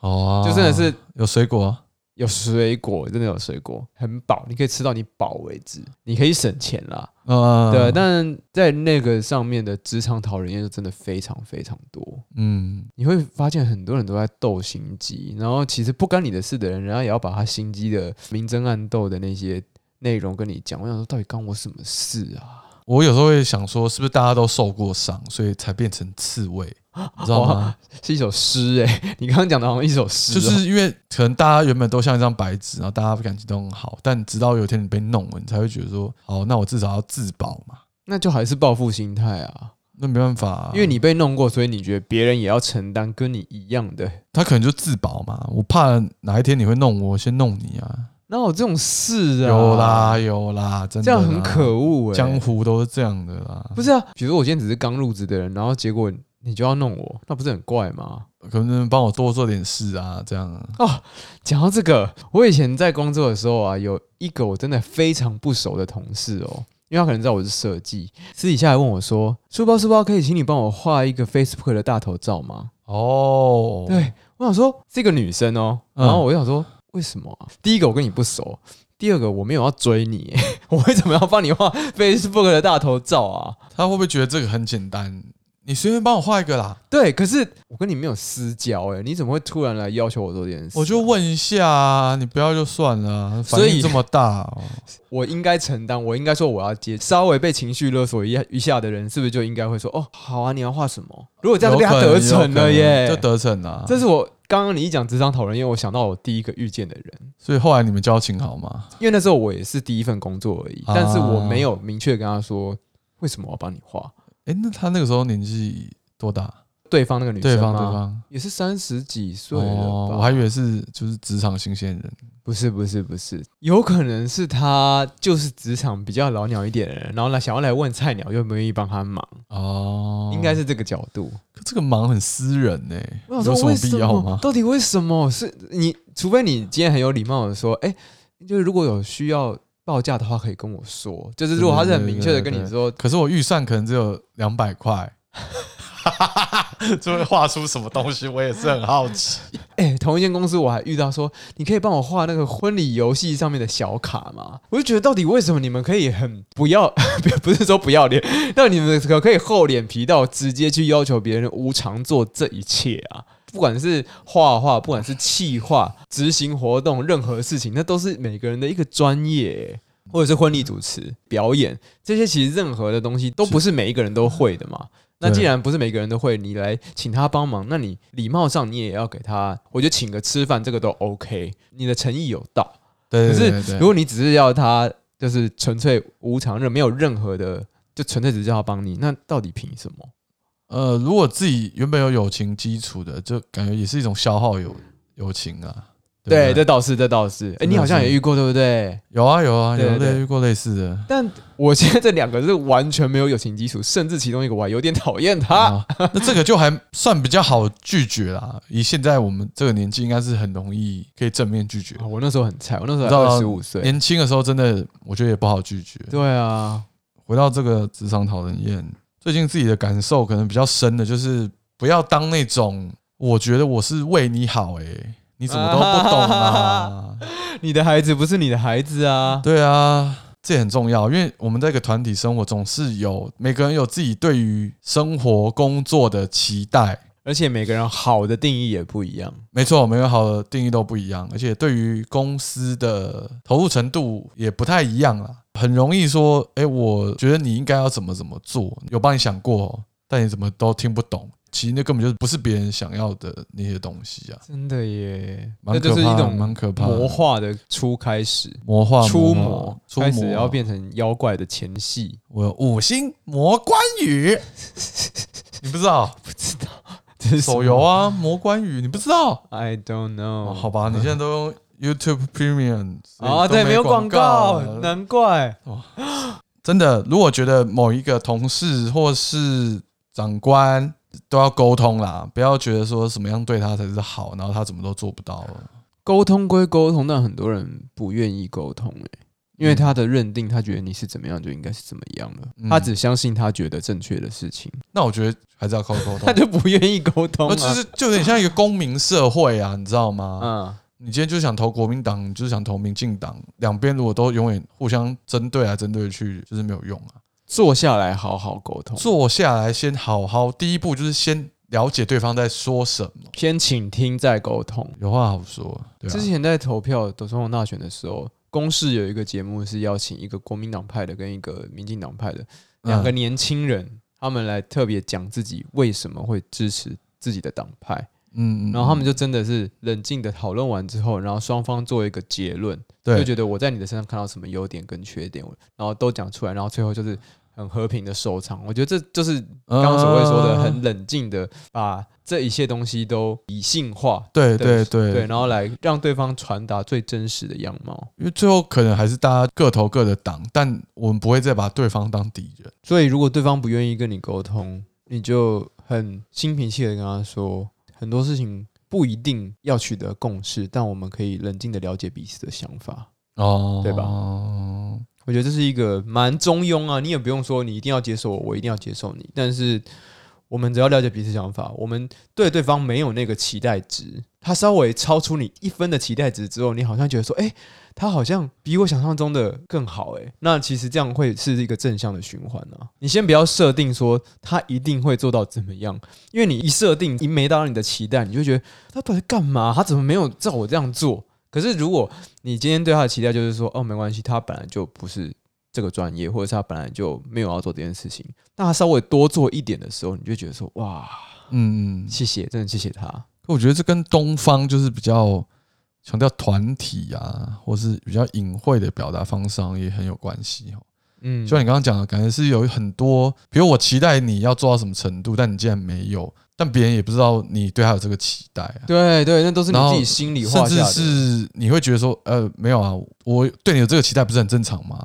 [SPEAKER 2] 哦，
[SPEAKER 1] 就真的是
[SPEAKER 2] 有水果，啊
[SPEAKER 1] 有水果，真的有水果，很饱，你可以吃到你饱为止，你可以省钱啦。
[SPEAKER 2] 嗯，
[SPEAKER 1] 对，但在那个上面的职场讨人厌就真的非常非常多。
[SPEAKER 2] 嗯，
[SPEAKER 1] 你会发现很多人都在斗心机，然后其实不干你的事的人，人家也要把他心机的明争暗斗的那些内容跟你讲。我想说，到底干我什么事啊？
[SPEAKER 2] 我有时候会想说，是不是大家都受过伤，所以才变成刺猬，你知道吗？
[SPEAKER 1] 哇是一首诗哎、你刚刚讲的好像一首诗、
[SPEAKER 2] 就
[SPEAKER 1] 哦，
[SPEAKER 2] 是因为可能大家原本都像一张白纸，然后大家感情都很好，但直到有一天你被弄了，你才会觉得说，好，那我至少要自保嘛。
[SPEAKER 1] 那就还是报复心态啊，
[SPEAKER 2] 那没办法啊、
[SPEAKER 1] 因为你被弄过，所以你觉得别人也要承担跟你一样的。
[SPEAKER 2] 他可能就自保嘛，我怕哪一天你会弄我，我先弄你啊。
[SPEAKER 1] 哪有这种事啊？
[SPEAKER 2] 有，啦有啦，真的
[SPEAKER 1] 这样很
[SPEAKER 2] 啦
[SPEAKER 1] 可恶哎、
[SPEAKER 2] 江湖都是这样的啦。
[SPEAKER 1] 不是啊，比如说我今天只是刚入职的人，然后结果你就要弄我，那不是很怪吗？
[SPEAKER 2] 可能帮我多做点事啊，这样
[SPEAKER 1] 讲到这个，我以前在工作的时候啊，有一个我真的非常不熟的同事哦，因为他可能知道我是设计，私底下来问我说：“书包书包，可以请你帮我画一个 Facebook 的大头照吗
[SPEAKER 2] 哦？”。
[SPEAKER 1] 对，我想说这个女生哦，然后
[SPEAKER 2] 嗯
[SPEAKER 1] 我就想说、为什么啊、第一个我跟你不熟，第二个我没有要追你， [LAUGHS] 我为什么要帮你画 Facebook 的大头照啊？
[SPEAKER 2] 他会不会觉得这个很简单？你随便帮我画一个啦，
[SPEAKER 1] 对，可是我跟你没有私交哎、你怎么会突然来要求我做这件事啊、
[SPEAKER 2] 我就问一下啊，你不要就算了啊，反
[SPEAKER 1] 所以
[SPEAKER 2] 应这么大、哦，
[SPEAKER 1] 我应该承担，我应该说我要接。稍微被情绪勒索一下一下的人，是不是就应该会说哦，好啊，你要画什么？如果这样子被他
[SPEAKER 2] 有可能
[SPEAKER 1] 得逞了耶
[SPEAKER 2] 有可能，就得啊逞了。
[SPEAKER 1] 这是我刚刚你一讲职场讨论，因为我想到我第一个遇见的人，
[SPEAKER 2] 所以后来你们交情好吗？
[SPEAKER 1] 因为那时候我也是第一份工作而已，
[SPEAKER 2] 啊
[SPEAKER 1] 但是我没有明确跟他说为什么我要帮你画。
[SPEAKER 2] 哎诶，那他那个时候年纪多大？
[SPEAKER 1] 对方那个女
[SPEAKER 2] 对
[SPEAKER 1] 生
[SPEAKER 2] 方对
[SPEAKER 1] 吗？
[SPEAKER 2] 方，
[SPEAKER 1] 也是三十几岁了吧？
[SPEAKER 2] 哦，我还以为是就是职场新鲜人，
[SPEAKER 1] 不是不是不是，有可能是他就是职场比较老鸟一点的人，然后来想要来问菜鸟愿不愿意帮他忙，
[SPEAKER 2] 哦，
[SPEAKER 1] 应该是这个角度。
[SPEAKER 2] 可这个忙很私人呢、
[SPEAKER 1] 我
[SPEAKER 2] 有什
[SPEAKER 1] 想说
[SPEAKER 2] 么
[SPEAKER 1] 为
[SPEAKER 2] 必要吗？
[SPEAKER 1] 到底为什么是你？除非你今天很有礼貌的说，哎、就是如果有需要报价的话，可以跟我说。就是如果他是很明确的跟你说，
[SPEAKER 2] 可是我预算可能只有两百 [LAUGHS] 块，就会画出什么东西，我也是很好奇。
[SPEAKER 1] 哎、同一间公司我还遇到说，你可以帮我画那个婚礼游戏上面的小卡吗？我就觉得到底为什么你们可以很不要，不 [LAUGHS] 不是说不要脸，但你们可可以厚脸皮到直接去要求别人无偿做这一切啊？不管是画画，不管是企划、执行活动，任何事情，那都是每个人的一个专业、或者是婚礼主持、表演这些，其实任何的东西都不是每一个人都会的嘛。那既然不是每个人都会，你来请他帮忙，那你礼貌上你也要给他，我觉得请个吃饭这个都 OK，你的诚意有到。
[SPEAKER 2] 对
[SPEAKER 1] 可
[SPEAKER 2] 对
[SPEAKER 1] 是
[SPEAKER 2] 对对
[SPEAKER 1] 如果你只是要他就是纯粹无偿任，没有任何的，就纯粹只是要帮你，那到底凭什么？
[SPEAKER 2] 呃，如果自己原本有友情基础的，就感觉也是一种消耗友友情啊。
[SPEAKER 1] 对，
[SPEAKER 2] 对不对
[SPEAKER 1] 这倒是，这倒是。哎，
[SPEAKER 2] 真的
[SPEAKER 1] 你好像
[SPEAKER 2] 是
[SPEAKER 1] 也遇过，对不对？
[SPEAKER 2] 有啊有啊
[SPEAKER 1] 对
[SPEAKER 2] 有
[SPEAKER 1] 对
[SPEAKER 2] 类
[SPEAKER 1] 对
[SPEAKER 2] 遇过类似的
[SPEAKER 1] 但我现在这两个是完全没有友情基础，甚至其中一个我还有点讨厌他。
[SPEAKER 2] 啊，那这个就还算比较好拒绝啦。以现在我们这个年纪，应该是很容易可以正面拒绝。
[SPEAKER 1] 啊我那时候很菜，我那时
[SPEAKER 2] 你
[SPEAKER 1] 候
[SPEAKER 2] 知道吗
[SPEAKER 1] 二十五岁。
[SPEAKER 2] 年轻的时候真的，我觉得也不好拒绝。
[SPEAKER 1] 对啊，
[SPEAKER 2] 回到这个职场讨人厌，最近自己的感受可能比较深的就是，不要当那种我觉得我是为你好、欸，你怎么都不懂啊？
[SPEAKER 1] 你的孩子不是你的孩子啊。
[SPEAKER 2] 对啊，这也很重要，因为我们在一个团体生活总是有每个人有自己对于生活工作的期待，
[SPEAKER 1] 而且每个人好的定义也不一样。
[SPEAKER 2] 没错，每个人好的定义都不一样，而且对于公司的投入程度也不太一样啦。很容易说，哎、我觉得你应该要怎么怎么做，有帮你想过，哦但你怎么都听不懂。其实那根本就不是别人想要的那些东西啊，
[SPEAKER 1] 真的耶，
[SPEAKER 2] 蛮
[SPEAKER 1] 那就
[SPEAKER 2] 可
[SPEAKER 1] 是
[SPEAKER 2] 怕
[SPEAKER 1] 一
[SPEAKER 2] 的，
[SPEAKER 1] 种
[SPEAKER 2] 蛮可怕的，
[SPEAKER 1] 魔化的初开始，
[SPEAKER 2] 魔化
[SPEAKER 1] 出
[SPEAKER 2] 魔
[SPEAKER 1] 魔
[SPEAKER 2] 化，出
[SPEAKER 1] 开始
[SPEAKER 2] 魔
[SPEAKER 1] 要变成妖怪的前戏。 [LAUGHS]
[SPEAKER 2] 我有五星魔关羽，你不知道
[SPEAKER 1] 不知道 [LAUGHS] 这是什么
[SPEAKER 2] 手游啊，魔关羽你不知道、
[SPEAKER 1] ？I don't
[SPEAKER 2] 哦
[SPEAKER 1] know。
[SPEAKER 2] 好吧，你现在都用 YouTube Premium 所以
[SPEAKER 1] 啊，
[SPEAKER 2] 都
[SPEAKER 1] 对，没有广
[SPEAKER 2] 广告
[SPEAKER 1] 告
[SPEAKER 2] 了，
[SPEAKER 1] 难怪。
[SPEAKER 2] 真的，如果觉得某一个同事或是长官都要沟通啦，不要觉得说什么样对他才是好，然后他怎么都做不到了。
[SPEAKER 1] 沟通归沟通，但很多人不愿意沟通、欸，因为
[SPEAKER 2] 嗯
[SPEAKER 1] 他的认定，他觉得你是怎么样就应该是怎么样了，
[SPEAKER 2] 嗯
[SPEAKER 1] 他只相信他觉得正确的事情，
[SPEAKER 2] 那我觉得还是要靠 [LAUGHS] 沟
[SPEAKER 1] 他
[SPEAKER 2] 通，
[SPEAKER 1] 就不愿意沟通、
[SPEAKER 2] 那
[SPEAKER 1] 啊。
[SPEAKER 2] 哦就是就有点像一个公民社会啊，你知道吗？
[SPEAKER 1] 嗯，
[SPEAKER 2] 你今天就想投国民党，你就是想投民进党，两边如果都永远互相针对来针对去，就是没有用啊。
[SPEAKER 1] 坐下来好好沟通，
[SPEAKER 2] 坐下来先好好，第一步就是先了解对方在说什么，
[SPEAKER 1] 先倾听再沟通。
[SPEAKER 2] 有话好说。对
[SPEAKER 1] 之
[SPEAKER 2] 啊，
[SPEAKER 1] 前在投票总统大选的时候，公视有一个节目是邀请一个国民党派的跟一个民进党派的两个
[SPEAKER 2] 嗯
[SPEAKER 1] 年轻人，他们来特别讲自己为什么会支持自己的党派。
[SPEAKER 2] 嗯，嗯
[SPEAKER 1] 然后他们就真的是冷静的讨论完之后，然后双方做一个结论，就
[SPEAKER 2] 对
[SPEAKER 1] 觉得我在你的身上看到什么优点跟缺点，我然后都讲出来，然后最后就是很和平的收场。我觉得这就是刚刚所谓说的
[SPEAKER 2] 嗯
[SPEAKER 1] 很冷静的把这一切东西都理性化，
[SPEAKER 2] 对
[SPEAKER 1] 对
[SPEAKER 2] 对对
[SPEAKER 1] 对，然后来让对方传达最真实的样貌。
[SPEAKER 2] 因为最后可能还是大家各投各的党，但我们不会再把对方当敌人。
[SPEAKER 1] 所以如果对方不愿意跟你沟通，你就很心平气和地跟他说，很多事情不一定要取得共识，但我们可以冷静的了解彼此的想法。
[SPEAKER 2] 哦嗯
[SPEAKER 1] 对吧我觉得这是一个蛮中庸啊，你也不用说你一定要接受我，我一定要接受你，但是我们只要了解彼此想法，我们对对方没有那个期待值，他稍微超出你一分的期待值之后，你好像觉得说，哎、他好像比我想象中的更好、诶，哎，那其实这样会是一个正向的循环啊。你先不要设定说他一定会做到怎么样，因为你一设定一没达到你的期待，你就觉得他到底干嘛？他怎么没有照我这样做？可是如果你今天对他的期待就是说，哦，没关系，他本来就不是这个专业，或者是他本来就没有要做这件事情，那他稍微多做一点的时候，你就觉得说，哇，
[SPEAKER 2] 嗯嗯，
[SPEAKER 1] 谢谢，真的谢谢他。
[SPEAKER 2] 可我觉得这跟东方就是比较强调团体啊，或是比较隐晦的表达方式上也很有关系哦。
[SPEAKER 1] 嗯
[SPEAKER 2] 就像你刚刚讲的，感觉是有很多，比如我期待你要做到什么程度，但你竟然没有，但别人也不知道你对他有这个期待啊。
[SPEAKER 1] 对对，那都是你
[SPEAKER 2] 然后
[SPEAKER 1] 自己心里
[SPEAKER 2] 甚
[SPEAKER 1] 画下
[SPEAKER 2] 至
[SPEAKER 1] 的，
[SPEAKER 2] 是你会觉得说，呃，没有啊，我对你有这个期待不是很正常吗？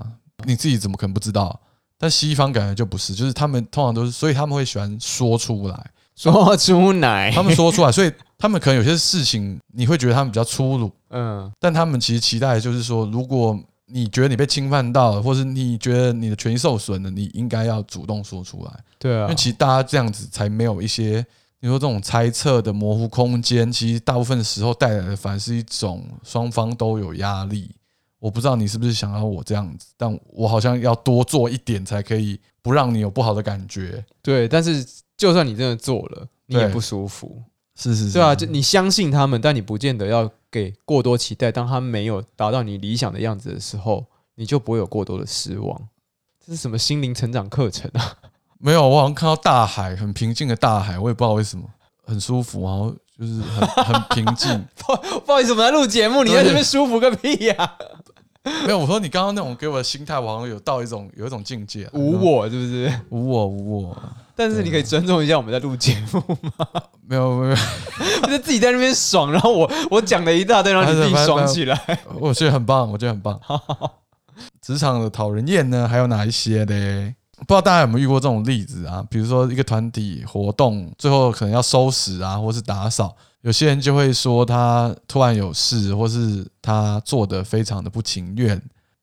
[SPEAKER 2] 你自己怎么可能不知道？但西方感觉就不是，就是他们通常都是，所以他们会喜欢说出来，
[SPEAKER 1] 说出奶，
[SPEAKER 2] 他们说出来，所以他们可能有些事情你会觉得他们比较粗鲁，
[SPEAKER 1] 嗯
[SPEAKER 2] 但他们其实期待就是说，如果你觉得你被侵犯到了，或是你觉得你的权益受损了，你应该要主动说出来，
[SPEAKER 1] 对
[SPEAKER 2] 因
[SPEAKER 1] 啊
[SPEAKER 2] 为，其实大家这样子才没有一些你说这种猜测的模糊空间，其实大部分时候带来的反而是一种双方都有压力。我不知道你是不是想要我这样子，但我好像要多做一点才可以不让你有不好的感觉。
[SPEAKER 1] 对，但是就算你真的做了，你也
[SPEAKER 2] 对
[SPEAKER 1] 不舒服，
[SPEAKER 2] 是是是，
[SPEAKER 1] 对啊，就你相信他们，但你不见得要给过多期待。当他没有达到你理想的样子的时候，你就不会有过多的失望。这是什么心灵成长课程啊？
[SPEAKER 2] 没有，我好像看到大海，很平静的大海，我也不知道为什么，很舒服，然后就是很很平静。
[SPEAKER 1] 不好意思，我们在录节目，你在这边舒服个屁呀、
[SPEAKER 2] 没有，我说你刚刚那种给我的心态，我好像有到一种有一种境界啊，
[SPEAKER 1] [LAUGHS] 无我是不是？
[SPEAKER 2] 无我无我，
[SPEAKER 1] 但是你可以尊重一下我们在录节目， [LAUGHS]
[SPEAKER 2] 没有没有，
[SPEAKER 1] 就自己在那边爽，然后我我讲了一大堆，然后你自己爽起来。
[SPEAKER 2] [LAUGHS] 我觉得很棒，我觉得很棒。职场的讨人厌呢，还有哪一些嘞？不知道大家有没有遇过这种例子啊？比如说一个团体活动，最后可能要收拾啊，或是打扫，有些人就会说他突然有事，或是他做的非常的不情愿，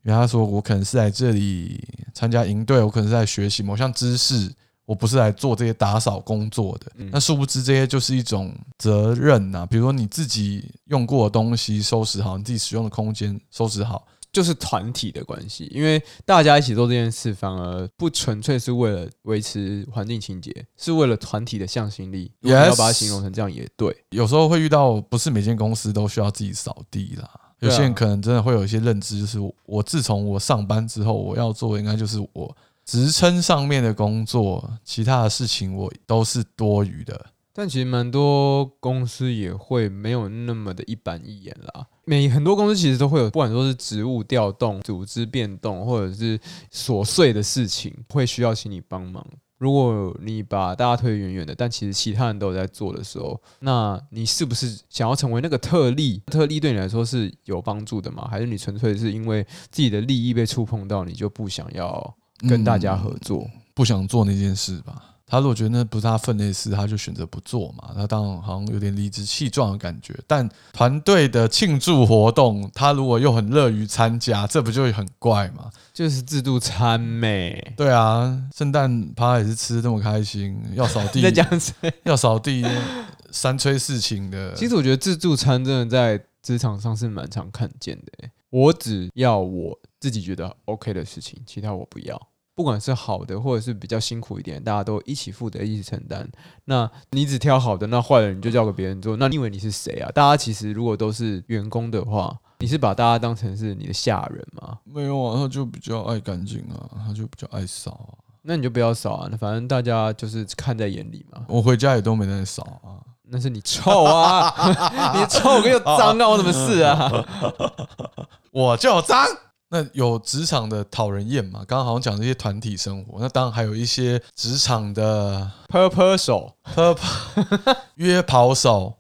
[SPEAKER 2] 因为他说我可能是来这里参加营队，我可能是来学习某项知识，我不是来做这些打扫工作的。
[SPEAKER 1] 嗯
[SPEAKER 2] 那殊不知这些就是一种责任呐、比如说你自己用过的东西收拾好，你自己使用的空间收拾好，
[SPEAKER 1] [LAUGHS] 就是团体的关系，因为大家一起做这件事，反而不纯粹是为了维持环境清洁，是为了团体的向心力。如果你要
[SPEAKER 2] Yes
[SPEAKER 1] 把它形容成这样也对。
[SPEAKER 2] 有时候会遇到不是每间公司都需要自己扫地啦。
[SPEAKER 1] 对
[SPEAKER 2] 有
[SPEAKER 1] 啊
[SPEAKER 2] 些人可能真的会有一些认知，就是我我自从我上班之后，我要做的应该就是我职称上面的工作，其他的事情我都是多余的。
[SPEAKER 1] 但其实蛮多公司也会没有那么的一板一眼啦。每很多公司其实都会有，不管说是职务调动、组织变动，或者是琐碎的事情，会需要请你帮忙。如果你把大家推得远远的，但其实其他人都有在做的时候，那你是不是想要成为那个特例？特例对你来说是有帮助的吗？还是你纯粹是因为自己的利益被触碰到，你就不想要跟大家
[SPEAKER 2] 嗯
[SPEAKER 1] 合作？
[SPEAKER 2] 不想做那件事吧。他如果觉得那不是他分内事，他就选择不做嘛。他当然好像有点理直气壮的感觉。但团队的庆祝活动，他如果又很乐于参加，这不就很怪吗？
[SPEAKER 1] 就是制度参美。
[SPEAKER 2] 对啊，圣诞趴也是吃得这么开心，要扫
[SPEAKER 1] 你
[SPEAKER 2] 地
[SPEAKER 1] [LAUGHS] 在，讲谁？
[SPEAKER 2] 要扫地，三催四请的。
[SPEAKER 1] 其实我觉得自助餐真的在职场上是蛮常看见的欸、我只要我自己觉得 OK 的事情，其他我不要。不管是好的，或者是比较辛苦一点，大家都一起负责、一起承担。那你只挑好的，那坏的你就交给别人做。那你以为你是谁啊？大家其实如果都是员工的话，你是把大家当成是你的下人吗？
[SPEAKER 2] 没有啊，他就比较爱干净啊，他就比较爱扫啊。
[SPEAKER 1] 那你就不要扫啊，那反正大家就是看在眼里嘛。
[SPEAKER 2] 我回家也都没在扫啊。
[SPEAKER 1] 那是你臭啊，你臭个又脏，干我什么事啊？
[SPEAKER 2] 我就脏。那有职场的讨人厌嘛？刚刚好像讲这些团体生活，那当然还有一些职场的
[SPEAKER 1] 泼泼手，
[SPEAKER 2] 喝 [LAUGHS] 约跑手，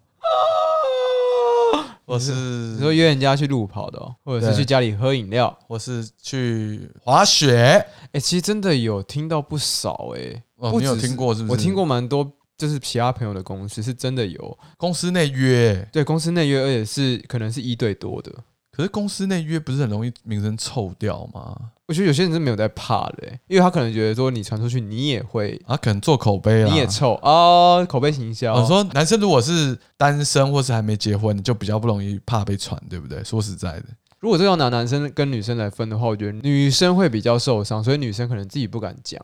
[SPEAKER 2] 或是
[SPEAKER 1] 你说约人家去路跑的、哦，或者是
[SPEAKER 2] 对
[SPEAKER 1] 去家里喝饮料，
[SPEAKER 2] 或是去滑雪。
[SPEAKER 1] 哎、其实真的有听到不少哎、
[SPEAKER 2] 哦，
[SPEAKER 1] 不只
[SPEAKER 2] 你有
[SPEAKER 1] 是
[SPEAKER 2] 听过是不是？
[SPEAKER 1] 我听过蛮多，就是其他朋友的公司是真的有，
[SPEAKER 2] 公司内约，
[SPEAKER 1] 对公司内约，而且是可能是一对多的。
[SPEAKER 2] 可是公司内约不是很容易名声臭掉吗？
[SPEAKER 1] 我觉得有些人是没有在怕的、欸，因为他可能觉得说你传出去，你也会，
[SPEAKER 2] 啊，可能做口碑啦。
[SPEAKER 1] 你也臭哦，口碑行销。
[SPEAKER 2] 我、说男生如果是单身或是还没结婚，你就比较不容易怕被传，对不对？说实在的，
[SPEAKER 1] 如果这要拿男生跟女生来分的话，我觉得女生会比较受伤，所以女生可能自己不敢讲。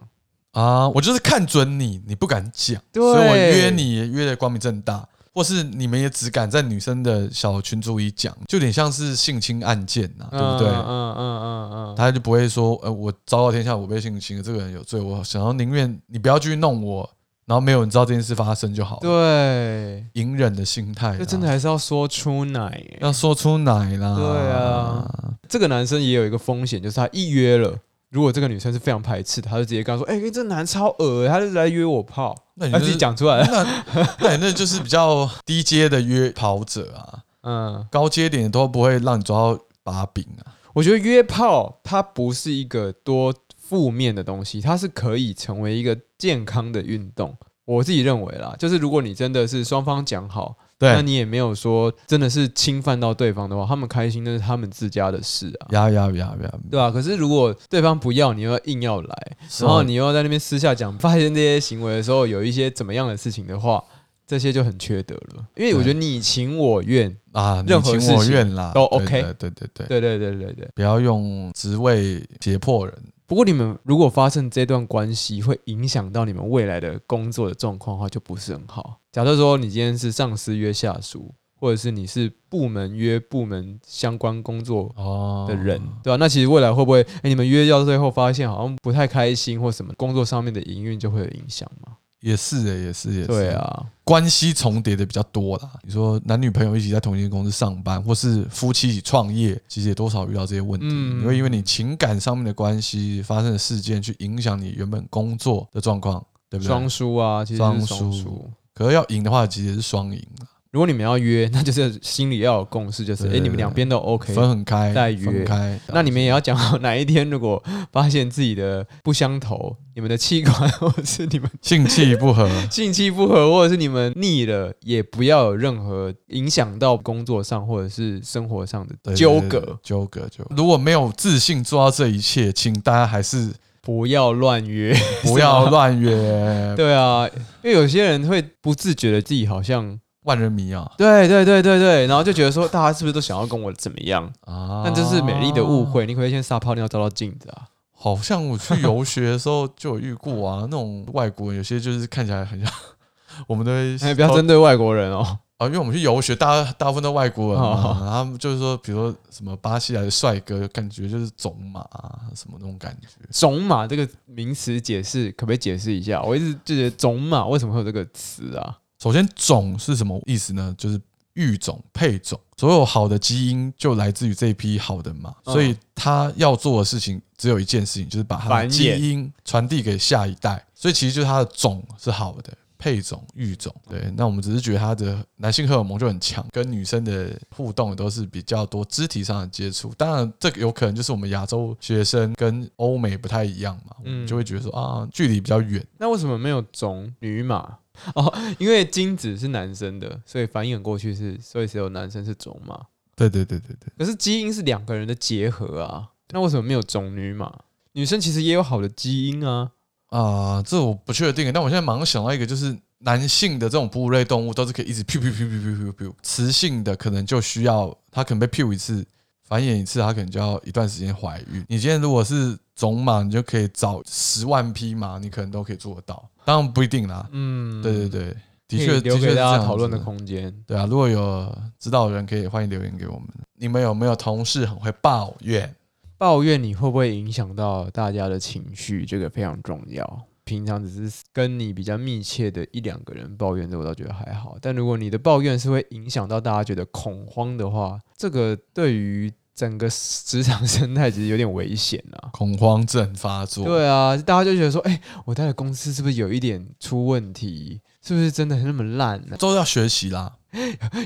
[SPEAKER 2] 啊，我就是看准你，你不敢讲，
[SPEAKER 1] 对
[SPEAKER 2] 所以我约你也约的光明正大，或是你们也只敢在女生的小群组里讲，就有点像是性侵案件呐、对不对？
[SPEAKER 1] 嗯嗯嗯嗯嗯，
[SPEAKER 2] 他就不会说，呃，我昭告天下我被性侵了，这个人有罪，我想要宁愿你不要去弄我，然后没有人知道这件事发生就好了，
[SPEAKER 1] 对。
[SPEAKER 2] 隐忍的心态啦，啊
[SPEAKER 1] 就真的还是要说出奶、啊欸。
[SPEAKER 2] 要说出奶啦，
[SPEAKER 1] 对啊，这个男生也有一个风险，就是他一约了，如果这个女生是非常排斥的，她就直接跟他说：“哎、这男超恶欸，他就来约我泡。”
[SPEAKER 2] 那哎你
[SPEAKER 1] 她啊
[SPEAKER 2] 就
[SPEAKER 1] 自己
[SPEAKER 2] 是
[SPEAKER 1] 讲出来了。
[SPEAKER 2] 那 [LAUGHS] 那你那就是比较低阶的约跑者啊，
[SPEAKER 1] [LAUGHS] 嗯，
[SPEAKER 2] 高阶点都不会让你抓到把柄啊。
[SPEAKER 1] 我觉得约炮它不是一个多负面的东西，它是可以成为一个健康的运动。我自己认为啦，就是如果你真的是双方讲好，那
[SPEAKER 2] 对，
[SPEAKER 1] 你也没有说真的是侵犯到对方的话，他们开心那是他们自家的事啊，
[SPEAKER 2] 呀呀呀呀，
[SPEAKER 1] 对吧、可是如果对方不要，你又硬要来，然
[SPEAKER 2] 嗯
[SPEAKER 1] 后你又在那边私下讲发现这些行为的时候有一些怎么样的事情的话，这些就很缺德了。因为我觉得你情我愿，
[SPEAKER 2] 啊，你
[SPEAKER 1] 任何
[SPEAKER 2] 情我
[SPEAKER 1] 事情
[SPEAKER 2] 愿啦，
[SPEAKER 1] 都
[SPEAKER 2] 对
[SPEAKER 1] OK
[SPEAKER 2] 的对对对，
[SPEAKER 1] 对对对对对。
[SPEAKER 2] 不要用职位胁迫人。
[SPEAKER 1] 不过你们如果发生这段关系会影响到你们未来的工作的状况的话，就不是很好。假设说你今天是上司约下属，或者是你是部门约部门相关工作
[SPEAKER 2] 哦
[SPEAKER 1] 的人，对吧、那其实未来会不会，哎、你们约到最后发现好像不太开心或什么，工作上面的营运就会有影响嘛？
[SPEAKER 2] 也是的、也是也是，
[SPEAKER 1] 对，啊，
[SPEAKER 2] 关系重叠的比较多啦。你说男女朋友一起在同一间公司上班，或是夫妻一起创业，其实也多少遇到这些问题。
[SPEAKER 1] 嗯
[SPEAKER 2] 你会因为你情感上面的关系发生的事件，去影响你原本工作的状况，对不对？
[SPEAKER 1] 双输啊，其实
[SPEAKER 2] 双
[SPEAKER 1] 是双
[SPEAKER 2] 输
[SPEAKER 1] 输。
[SPEAKER 2] 可是要赢的话，其实也是双赢啊，
[SPEAKER 1] 如果你们要约，那就是心里要有共识，就是哎、
[SPEAKER 2] 对
[SPEAKER 1] 诶你们两边都 OK，
[SPEAKER 2] 分很开，
[SPEAKER 1] 再约
[SPEAKER 2] 分开。
[SPEAKER 1] 那你们也要讲好，哪一天如果发现自己的不相投，你们的器官或者是你们
[SPEAKER 2] 性气不合，
[SPEAKER 1] 性气不合，或者是你们腻了，也不要有任何影响到工作上或者是生活上的
[SPEAKER 2] 对
[SPEAKER 1] 纠，
[SPEAKER 2] 对对对
[SPEAKER 1] 葛，
[SPEAKER 2] 纠葛，纠葛。如果没有自信做到这一切，请大家还是
[SPEAKER 1] 不要乱
[SPEAKER 2] [LAUGHS]
[SPEAKER 1] 约。，
[SPEAKER 2] 不要乱约 [LAUGHS]
[SPEAKER 1] 对啊，因为有些人会不自觉的自己好像，
[SPEAKER 2] 万人迷啊
[SPEAKER 1] 对对对对对，然后就觉得说大家是不是都想要跟我怎么样？
[SPEAKER 2] 啊！
[SPEAKER 1] 但这是美丽的误。会，你可不可以先撒泡尿照照镜子 [LAUGHS] 啊。
[SPEAKER 2] 好像我去游学的时候就有遇过啊，那种外国人有些就是看起来很像， [LAUGHS] 我们都会
[SPEAKER 1] 哎，不要针对外国人 [LAUGHS] 哦。
[SPEAKER 2] 啊，因为我们去游学，大大部分都外国人嘛，
[SPEAKER 1] 哦
[SPEAKER 2] 然后他们就是说，比如说什么巴西来的帅哥，感觉就是种马啊，什么那种感觉。
[SPEAKER 1] 种马这个名词解释可不可以解释一下？我一直就觉得种马为什么会有这个词啊？
[SPEAKER 2] 首先，种是什么意思呢？就是育种、配种，所有好的基因就来自于这一批好的马，
[SPEAKER 1] 嗯
[SPEAKER 2] 所以他要做的事情只有一件事情，就是把他
[SPEAKER 1] 繁
[SPEAKER 2] 的
[SPEAKER 1] 衍
[SPEAKER 2] 基因传递给下一代。所以其实就是他的种是好的，配种、育种。
[SPEAKER 1] 嗯
[SPEAKER 2] 对，那我们只是觉得他的男性荷尔蒙就很强，跟女生的互动都是比较多肢体上的接触。当然，这个有可能就是我们亚洲学生跟欧美不太一样嘛，我
[SPEAKER 1] 嗯
[SPEAKER 2] 们就会觉得说啊，距离比较远。
[SPEAKER 1] 那为什么没有种女马？ [LAUGHS] 哦，因为精子是男生的，所以繁衍过去是，所以只有男生是种马。
[SPEAKER 2] 对对对对对。
[SPEAKER 1] 可是基因是两个人的结合啊，那为什么没有种女马？女生其实也有好的基因啊，
[SPEAKER 2] 啊、这我不确定，但我现在马上想到一个，就是男性的这种哺乳类动物都是可以一直 p 噗 p 噗 p 噗 p 噗，雌性的可能就需要它可能被 p 一次，繁衍一次，它可能就要一段时间怀孕。你今天如果是种马，你就可以找十万匹马，你可能都可以做得到，当然不一定啦。
[SPEAKER 1] 嗯，
[SPEAKER 2] 对对，对，的
[SPEAKER 1] 的
[SPEAKER 2] 确
[SPEAKER 1] 确
[SPEAKER 2] 的
[SPEAKER 1] 留
[SPEAKER 2] 确
[SPEAKER 1] 给
[SPEAKER 2] 是这
[SPEAKER 1] 大
[SPEAKER 2] 样
[SPEAKER 1] 家讨论
[SPEAKER 2] 子
[SPEAKER 1] 的空间。
[SPEAKER 2] 对啊，如果有知道的人，可以欢迎留言给我们。你们有没有同事很会抱怨？
[SPEAKER 1] 抱怨你会不会影响到大家的情绪，这个非常重要。平常只是跟你比较密切的一两个人抱怨，这我倒觉得还好。但如果你的抱怨是会影响到大家觉得恐慌的话，这个对于整个职场生态其实有点危险啊。
[SPEAKER 2] 恐慌症发作？
[SPEAKER 1] [LAUGHS] 对啊，大家就觉得说，哎、我待的公司是不是有一点出问题？是不是真的那么烂呢、
[SPEAKER 2] 都要学习啦。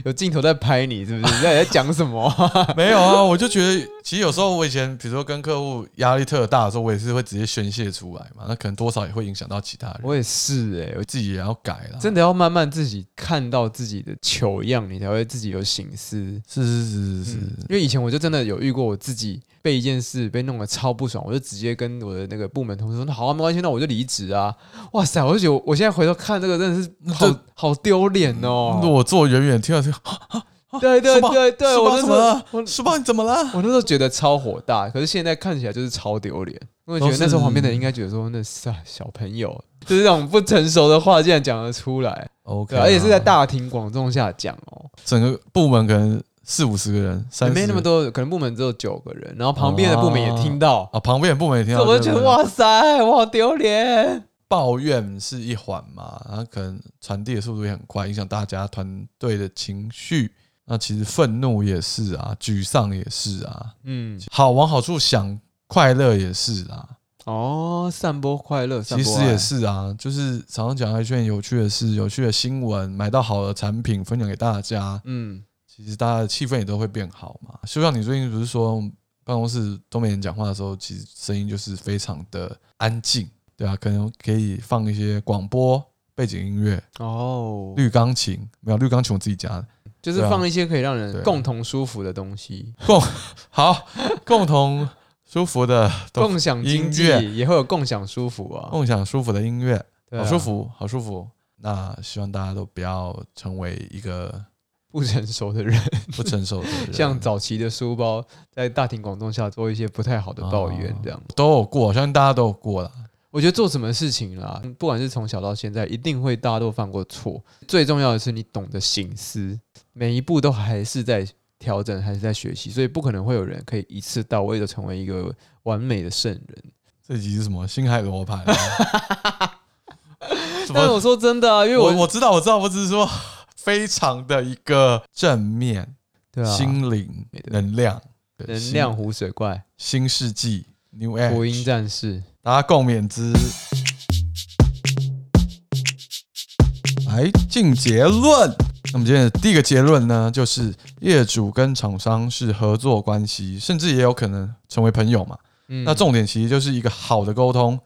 [SPEAKER 1] 有镜头在拍你，是不是？你在在讲什么啊？
[SPEAKER 2] 没有啊，我就觉得，其实有时候我以前，比如说跟客户压力特大的时候，我也是会直接宣泄出来嘛，那可能多少也会影响到其他人，
[SPEAKER 1] [LAUGHS] 我也是哎、我
[SPEAKER 2] 自己也要改啦。
[SPEAKER 1] 真的要慢慢自己看到自己的糗样，你才会自己有醒思。
[SPEAKER 2] 是是是是是，
[SPEAKER 1] 嗯，因为以前我就真的有遇过我自己被一件事被弄得超不爽，我就直接跟我的那个部门同事说：“那好啊，没关系，那我就离职啊！”哇塞，我就觉得我我现在回头看这个真的是
[SPEAKER 2] 这
[SPEAKER 1] 好好丢脸
[SPEAKER 2] 嗯如
[SPEAKER 1] 哦！
[SPEAKER 2] 果我坐远远听到这个，啊
[SPEAKER 1] 对对
[SPEAKER 2] 书包
[SPEAKER 1] 对对，
[SPEAKER 2] 书
[SPEAKER 1] 我
[SPEAKER 2] 包
[SPEAKER 1] 那时
[SPEAKER 2] 怎么了？
[SPEAKER 1] 候我
[SPEAKER 2] 书包你怎么了？
[SPEAKER 1] 我那时候觉得超火大，可是现在看起来就是超丢脸。我觉
[SPEAKER 2] 都
[SPEAKER 1] 得
[SPEAKER 2] 是
[SPEAKER 1] 那时候旁边的人应该觉得说：“那是啊，小朋友，就是这种不成熟的话，竟然讲得出来，
[SPEAKER 2] OK，
[SPEAKER 1] 对啊，而且是在大庭广众下讲哦。”
[SPEAKER 2] 整个部门可能四五十个人，三
[SPEAKER 1] 没
[SPEAKER 2] 十
[SPEAKER 1] 那么多，可能部门只有九个人，然后旁边的部门也听到，
[SPEAKER 2] 啊，旁边的部门也听
[SPEAKER 1] 这
[SPEAKER 2] 到，
[SPEAKER 1] 我就觉
[SPEAKER 2] 对
[SPEAKER 1] 得
[SPEAKER 2] 不哦对
[SPEAKER 1] 哇塞，我好丢脸。
[SPEAKER 2] 抱怨是一环嘛，然后可能传递的速度也很快，影响大家团队的情绪。那其实愤怒也是啊，沮丧也是啊，
[SPEAKER 1] 嗯，
[SPEAKER 2] 好往好处想，快乐也是啦，
[SPEAKER 1] 哦，散播快乐，散
[SPEAKER 2] 其
[SPEAKER 1] 播
[SPEAKER 2] 实
[SPEAKER 1] 爱
[SPEAKER 2] 也，是啊，就是常常讲一些有趣的事、有趣的新闻，买到好的产品分享给大家，
[SPEAKER 1] 嗯，
[SPEAKER 2] 其实大家的气氛也都会变好嘛。就像你最近不是说办公室都没人讲话的时候，其实声音就是非常的安静，对啊，可能可以放一些广播、背景音乐、
[SPEAKER 1] 哦，
[SPEAKER 2] 绿钢琴，没有绿钢琴我自己家的，
[SPEAKER 1] 就是
[SPEAKER 2] 对啊
[SPEAKER 1] 放一些可以让
[SPEAKER 2] 对
[SPEAKER 1] 人
[SPEAKER 2] 啊
[SPEAKER 1] 共同舒服的东西，
[SPEAKER 2] 好， [LAUGHS] 共同舒服的东
[SPEAKER 1] 共享经济
[SPEAKER 2] 音乐
[SPEAKER 1] 也会有共享舒服啊，
[SPEAKER 2] 共享舒服的音乐，
[SPEAKER 1] 对啊
[SPEAKER 2] 好舒，服，好舒服。那希望大家都不要成为
[SPEAKER 1] [LAUGHS]
[SPEAKER 2] 一个
[SPEAKER 1] 不成熟的人，
[SPEAKER 2] 不成熟的人，
[SPEAKER 1] 像早期的书包在大庭广众下做一些不太好的抱怨
[SPEAKER 2] 哦，
[SPEAKER 1] 这样，
[SPEAKER 2] 都有过，相信大家都有过啦。
[SPEAKER 1] 我觉得做什么事情啦，不管是从小到现在，一定会大家都犯过错，最重要的是你懂得醒思，每一步都还是在。调整还是在学习，所以不可能会有人可以一次到位的成为一个完美的圣人。
[SPEAKER 2] 这集是什么？星海罗盘、啊
[SPEAKER 1] [LAUGHS]
[SPEAKER 2] 什
[SPEAKER 1] 但
[SPEAKER 2] 么？
[SPEAKER 1] 我说真的啊，因为我
[SPEAKER 2] 我我知道，我知道，我只是说非常的一个正面、
[SPEAKER 1] 对啊，
[SPEAKER 2] 心灵
[SPEAKER 1] 对
[SPEAKER 2] 能量、对
[SPEAKER 1] 能
[SPEAKER 2] 新
[SPEAKER 1] 量湖水怪、
[SPEAKER 2] 新世纪 New
[SPEAKER 1] 福音
[SPEAKER 2] Age，
[SPEAKER 1] 战士，
[SPEAKER 2] 大家共勉之。来哎进结论。那么今天的第一个结论呢，就是业主跟厂商是合作关系，甚至也有可能成为朋友嘛。
[SPEAKER 1] 嗯
[SPEAKER 2] 那重点其实就是一个好的沟通、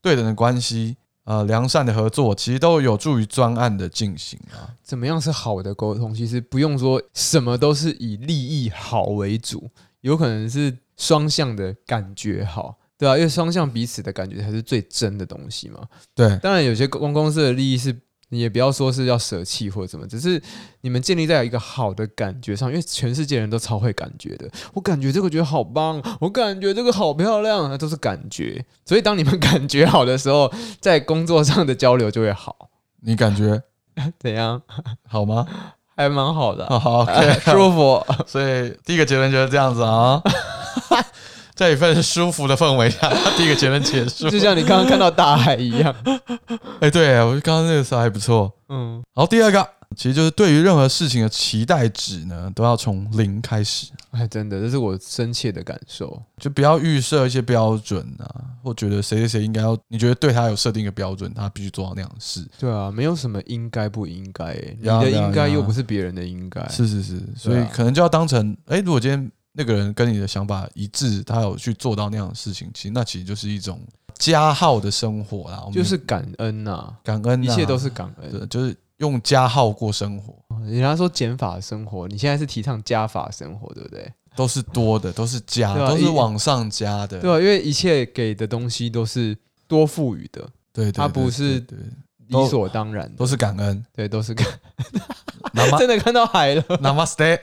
[SPEAKER 2] 对等的关系、呃良善的合作，其实都有助于专案的进行啊。
[SPEAKER 1] 怎么样是好的沟通？其实不用说什么都是以利益好为主，有可能是双向的感觉好，对啊，因为双向彼此的感觉才是最真的东西嘛。
[SPEAKER 2] 对，
[SPEAKER 1] 当然，有些公公司的利益是。你也不要说是要舍弃或者什么，只是你们建立在一个好的感觉上，因为全世界人都超会感觉的。我感觉这个觉得好棒，我感觉这个好漂亮，呃那都是感觉。所以当你们感觉好的时候，在工作上的交流就会好，
[SPEAKER 2] 你感觉
[SPEAKER 1] 怎样？
[SPEAKER 2] 好吗？ [LAUGHS]
[SPEAKER 1] 还蛮好的啊、
[SPEAKER 2] 好
[SPEAKER 1] [LAUGHS]
[SPEAKER 2] 好，OK，
[SPEAKER 1] 哎舒服。
[SPEAKER 2] 所以第一个结论就是这样子啊、在一份舒服的氛围下，第一个结论结束。
[SPEAKER 1] 就像你刚刚看到大海一样。
[SPEAKER 2] [LAUGHS] 哎、对我刚刚那个时候还不错。
[SPEAKER 1] 嗯，
[SPEAKER 2] 好，第二个其实就是对于任何事情的期待值呢，都要从零开始，
[SPEAKER 1] 哎，真的，这是我深切的感受。
[SPEAKER 2] 就不要预设一些标准啊，或觉得谁谁谁应该要，你觉得对他有设定一个标准，他必须做到那样的事。
[SPEAKER 1] 对啊，没有什么应该不应该、欸，你
[SPEAKER 2] 呀
[SPEAKER 1] 的应该
[SPEAKER 2] 呀呀
[SPEAKER 1] 又不是别人的应该。
[SPEAKER 2] 是是是，所
[SPEAKER 1] 哎对
[SPEAKER 2] 以
[SPEAKER 1] 啊
[SPEAKER 2] 可能就要当成，哎、如果今天那个人跟你的想法一致，他有去做到那样的事情，其实那其实就是一种加号的生活啦，我们
[SPEAKER 1] 就是感恩呐、
[SPEAKER 2] 感恩、啊，
[SPEAKER 1] 一切都是感恩。
[SPEAKER 2] 对，就是用加号过生活，
[SPEAKER 1] 人家说减法生活，你现在是提倡加法生活，对不对？
[SPEAKER 2] 都是多的，都是加，
[SPEAKER 1] 对啊
[SPEAKER 2] 都
[SPEAKER 1] 一
[SPEAKER 2] 是往上加的，
[SPEAKER 1] 对啊，因为一切给的东西都是多赋予的，
[SPEAKER 2] 对，对
[SPEAKER 1] 它
[SPEAKER 2] 对
[SPEAKER 1] 不是
[SPEAKER 2] 对，对
[SPEAKER 1] 理所当然的
[SPEAKER 2] 都。是感恩。 [LAUGHS]
[SPEAKER 1] 对，都是看 [LAUGHS]
[SPEAKER 2] Nama
[SPEAKER 1] 真的看到海了，
[SPEAKER 2] Namaste，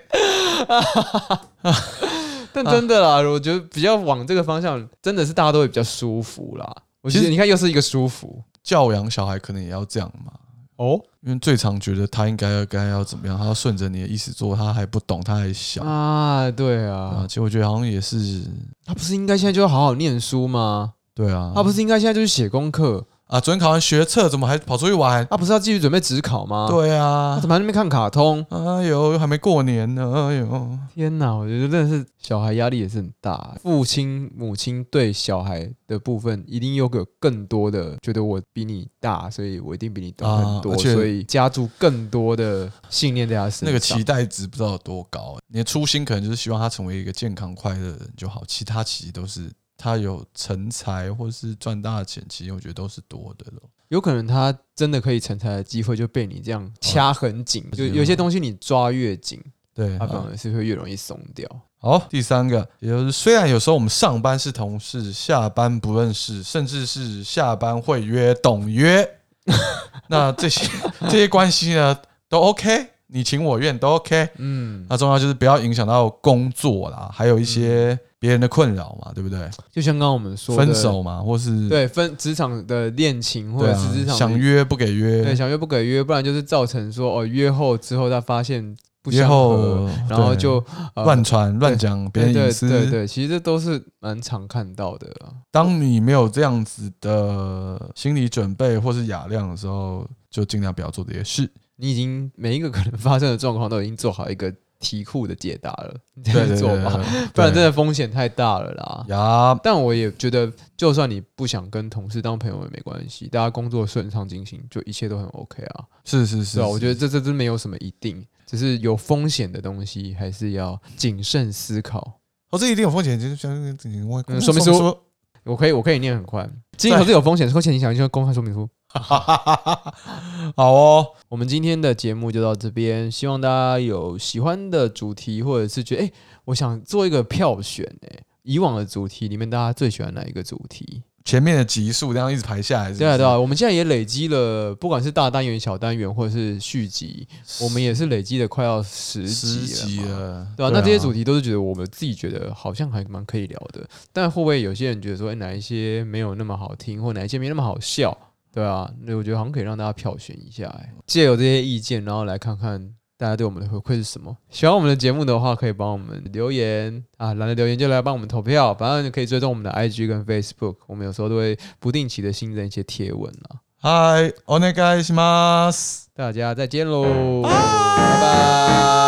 [SPEAKER 1] [LAUGHS] 但真的啦，我觉得比较往这个方向，真的是大家都会比较舒服啦。我觉
[SPEAKER 2] 其
[SPEAKER 1] 得
[SPEAKER 2] 实
[SPEAKER 1] 你看，又是一个舒服
[SPEAKER 2] 教养小孩可能也要这样嘛。
[SPEAKER 1] 哦。
[SPEAKER 2] 因为最常觉得他应该要该要怎么样，他要顺着你的意思做，他还不懂，他还小啊
[SPEAKER 1] 啊，对啊，
[SPEAKER 2] 其实我觉得好像也是，
[SPEAKER 1] 他不是应该现在就要好好念书吗？
[SPEAKER 2] 对啊，
[SPEAKER 1] 他不是应该现在就去写功课？
[SPEAKER 2] 啊，昨天考完学测，怎么还跑出去玩？
[SPEAKER 1] 他不是要继续准备职考吗？，
[SPEAKER 2] 对
[SPEAKER 1] 他
[SPEAKER 2] 啊
[SPEAKER 1] 怎，么还在那边看卡通？
[SPEAKER 2] 哎呦，还没过年呢，哎呦，
[SPEAKER 1] 天哪，我觉得真的是小孩压力也是很大，父亲母亲对小孩的部分一定又有更多的觉得我比你大，所以我一定比你懂很多，
[SPEAKER 2] 啊而且
[SPEAKER 1] 所以加注更多的信念在他身上。
[SPEAKER 2] 那个期待值不知道有多高、啊你的初心可能就是希望他成为一个健康快乐的人就好，其他其实都是他有成才或是赚大钱，其实我觉得都是多的咯。
[SPEAKER 1] 有可能他真的可以成才的机会就被你这样掐很紧，
[SPEAKER 2] 啊
[SPEAKER 1] 就有些东西你抓越紧，
[SPEAKER 2] 对，啊
[SPEAKER 1] 他反
[SPEAKER 2] 好
[SPEAKER 1] 而是会越容易松掉。
[SPEAKER 2] 好，第三个，也就是虽然有时候我们上班是同事，下班不认识，甚至是下班会约
[SPEAKER 1] [LAUGHS]
[SPEAKER 2] 懂约，那这些这些关系呢都 OK，你情我愿都 OK。
[SPEAKER 1] 嗯，
[SPEAKER 2] 那重要就是不要影响到工作啦，还有一些
[SPEAKER 1] 嗯
[SPEAKER 2] 别人的困扰嘛，对不对？
[SPEAKER 1] 就像刚刚我们说的
[SPEAKER 2] 分，手嘛，或是
[SPEAKER 1] 对分职场的恋情或
[SPEAKER 2] 对
[SPEAKER 1] 者
[SPEAKER 2] 啊
[SPEAKER 1] 是职场的
[SPEAKER 2] 想约不给
[SPEAKER 1] 对
[SPEAKER 2] 约，
[SPEAKER 1] 想约不给约，不然就是造成说哦约后之后他发现不
[SPEAKER 2] 约
[SPEAKER 1] 相合，
[SPEAKER 2] 后
[SPEAKER 1] 然后
[SPEAKER 2] 对
[SPEAKER 1] 就、呃
[SPEAKER 2] 乱传乱讲别
[SPEAKER 1] 对
[SPEAKER 2] 人
[SPEAKER 1] 对
[SPEAKER 2] 隐私。
[SPEAKER 1] 对对，其实这都是蛮常看到的啊。
[SPEAKER 2] 当你没有这样子的心理准备或是雅量的
[SPEAKER 1] [LAUGHS]
[SPEAKER 2] 时候，就尽量不要做这些事。
[SPEAKER 1] 你已经每一个可能发生的状况都已经做好一个题库的解答了，你这
[SPEAKER 2] 对
[SPEAKER 1] 样
[SPEAKER 2] 对
[SPEAKER 1] 做
[SPEAKER 2] 对
[SPEAKER 1] 吧，
[SPEAKER 2] 对
[SPEAKER 1] 不然真的风险太大了啦。
[SPEAKER 2] 呀，
[SPEAKER 1] [LAUGHS] 但我也觉得，就算你不想跟同事当朋友也没关系，大家工作顺畅进行，就一切都很 OK 啊。
[SPEAKER 2] 是是
[SPEAKER 1] 是
[SPEAKER 2] 是
[SPEAKER 1] 啊，我觉得这这真没有什么一定，只是有风险的东西还是要谨慎思考。
[SPEAKER 2] 哦，这一定有风险，就是像我
[SPEAKER 1] 嗯说明书，我可以，我可以念很快。经营投资有风险，风险你想就公开说明 [LAUGHS] 书。
[SPEAKER 2] 好哦，
[SPEAKER 1] 我们今天的节目就到这边，希望大家有喜欢的主题，或者是觉得哎、诶我想做一个票选、哎，以往的主题里面，大家最喜欢哪一个主题？
[SPEAKER 2] 前面的集数这样一直排下来是不是，
[SPEAKER 1] 对啊，对啊，我们现在也累积了，不管是大单元、小单元，或者是续集，我们也是累积了快要十
[SPEAKER 2] 十集
[SPEAKER 1] 集了嘛。
[SPEAKER 2] 了，
[SPEAKER 1] 对啊，那这些主题都是觉得我们自己觉得好像还蛮可以聊的，但会不会有些人觉得说，哎、哪一些没有那么好听，或哪一些没那么好笑？对啊，那我觉得好像可以让大家票选一下、哎，借由这些意见，然后来看看大家对我们的回馈是什么。喜欢我们的节目的话，可以帮我们留言啊，懒得留言就来帮我们投票，反正你可以追踪我们的 IG 跟 Facebook，我们有时候都会不定期的新增一些贴文啊。
[SPEAKER 2] 嗨，お願いします。
[SPEAKER 1] 大家再见喽，拜拜。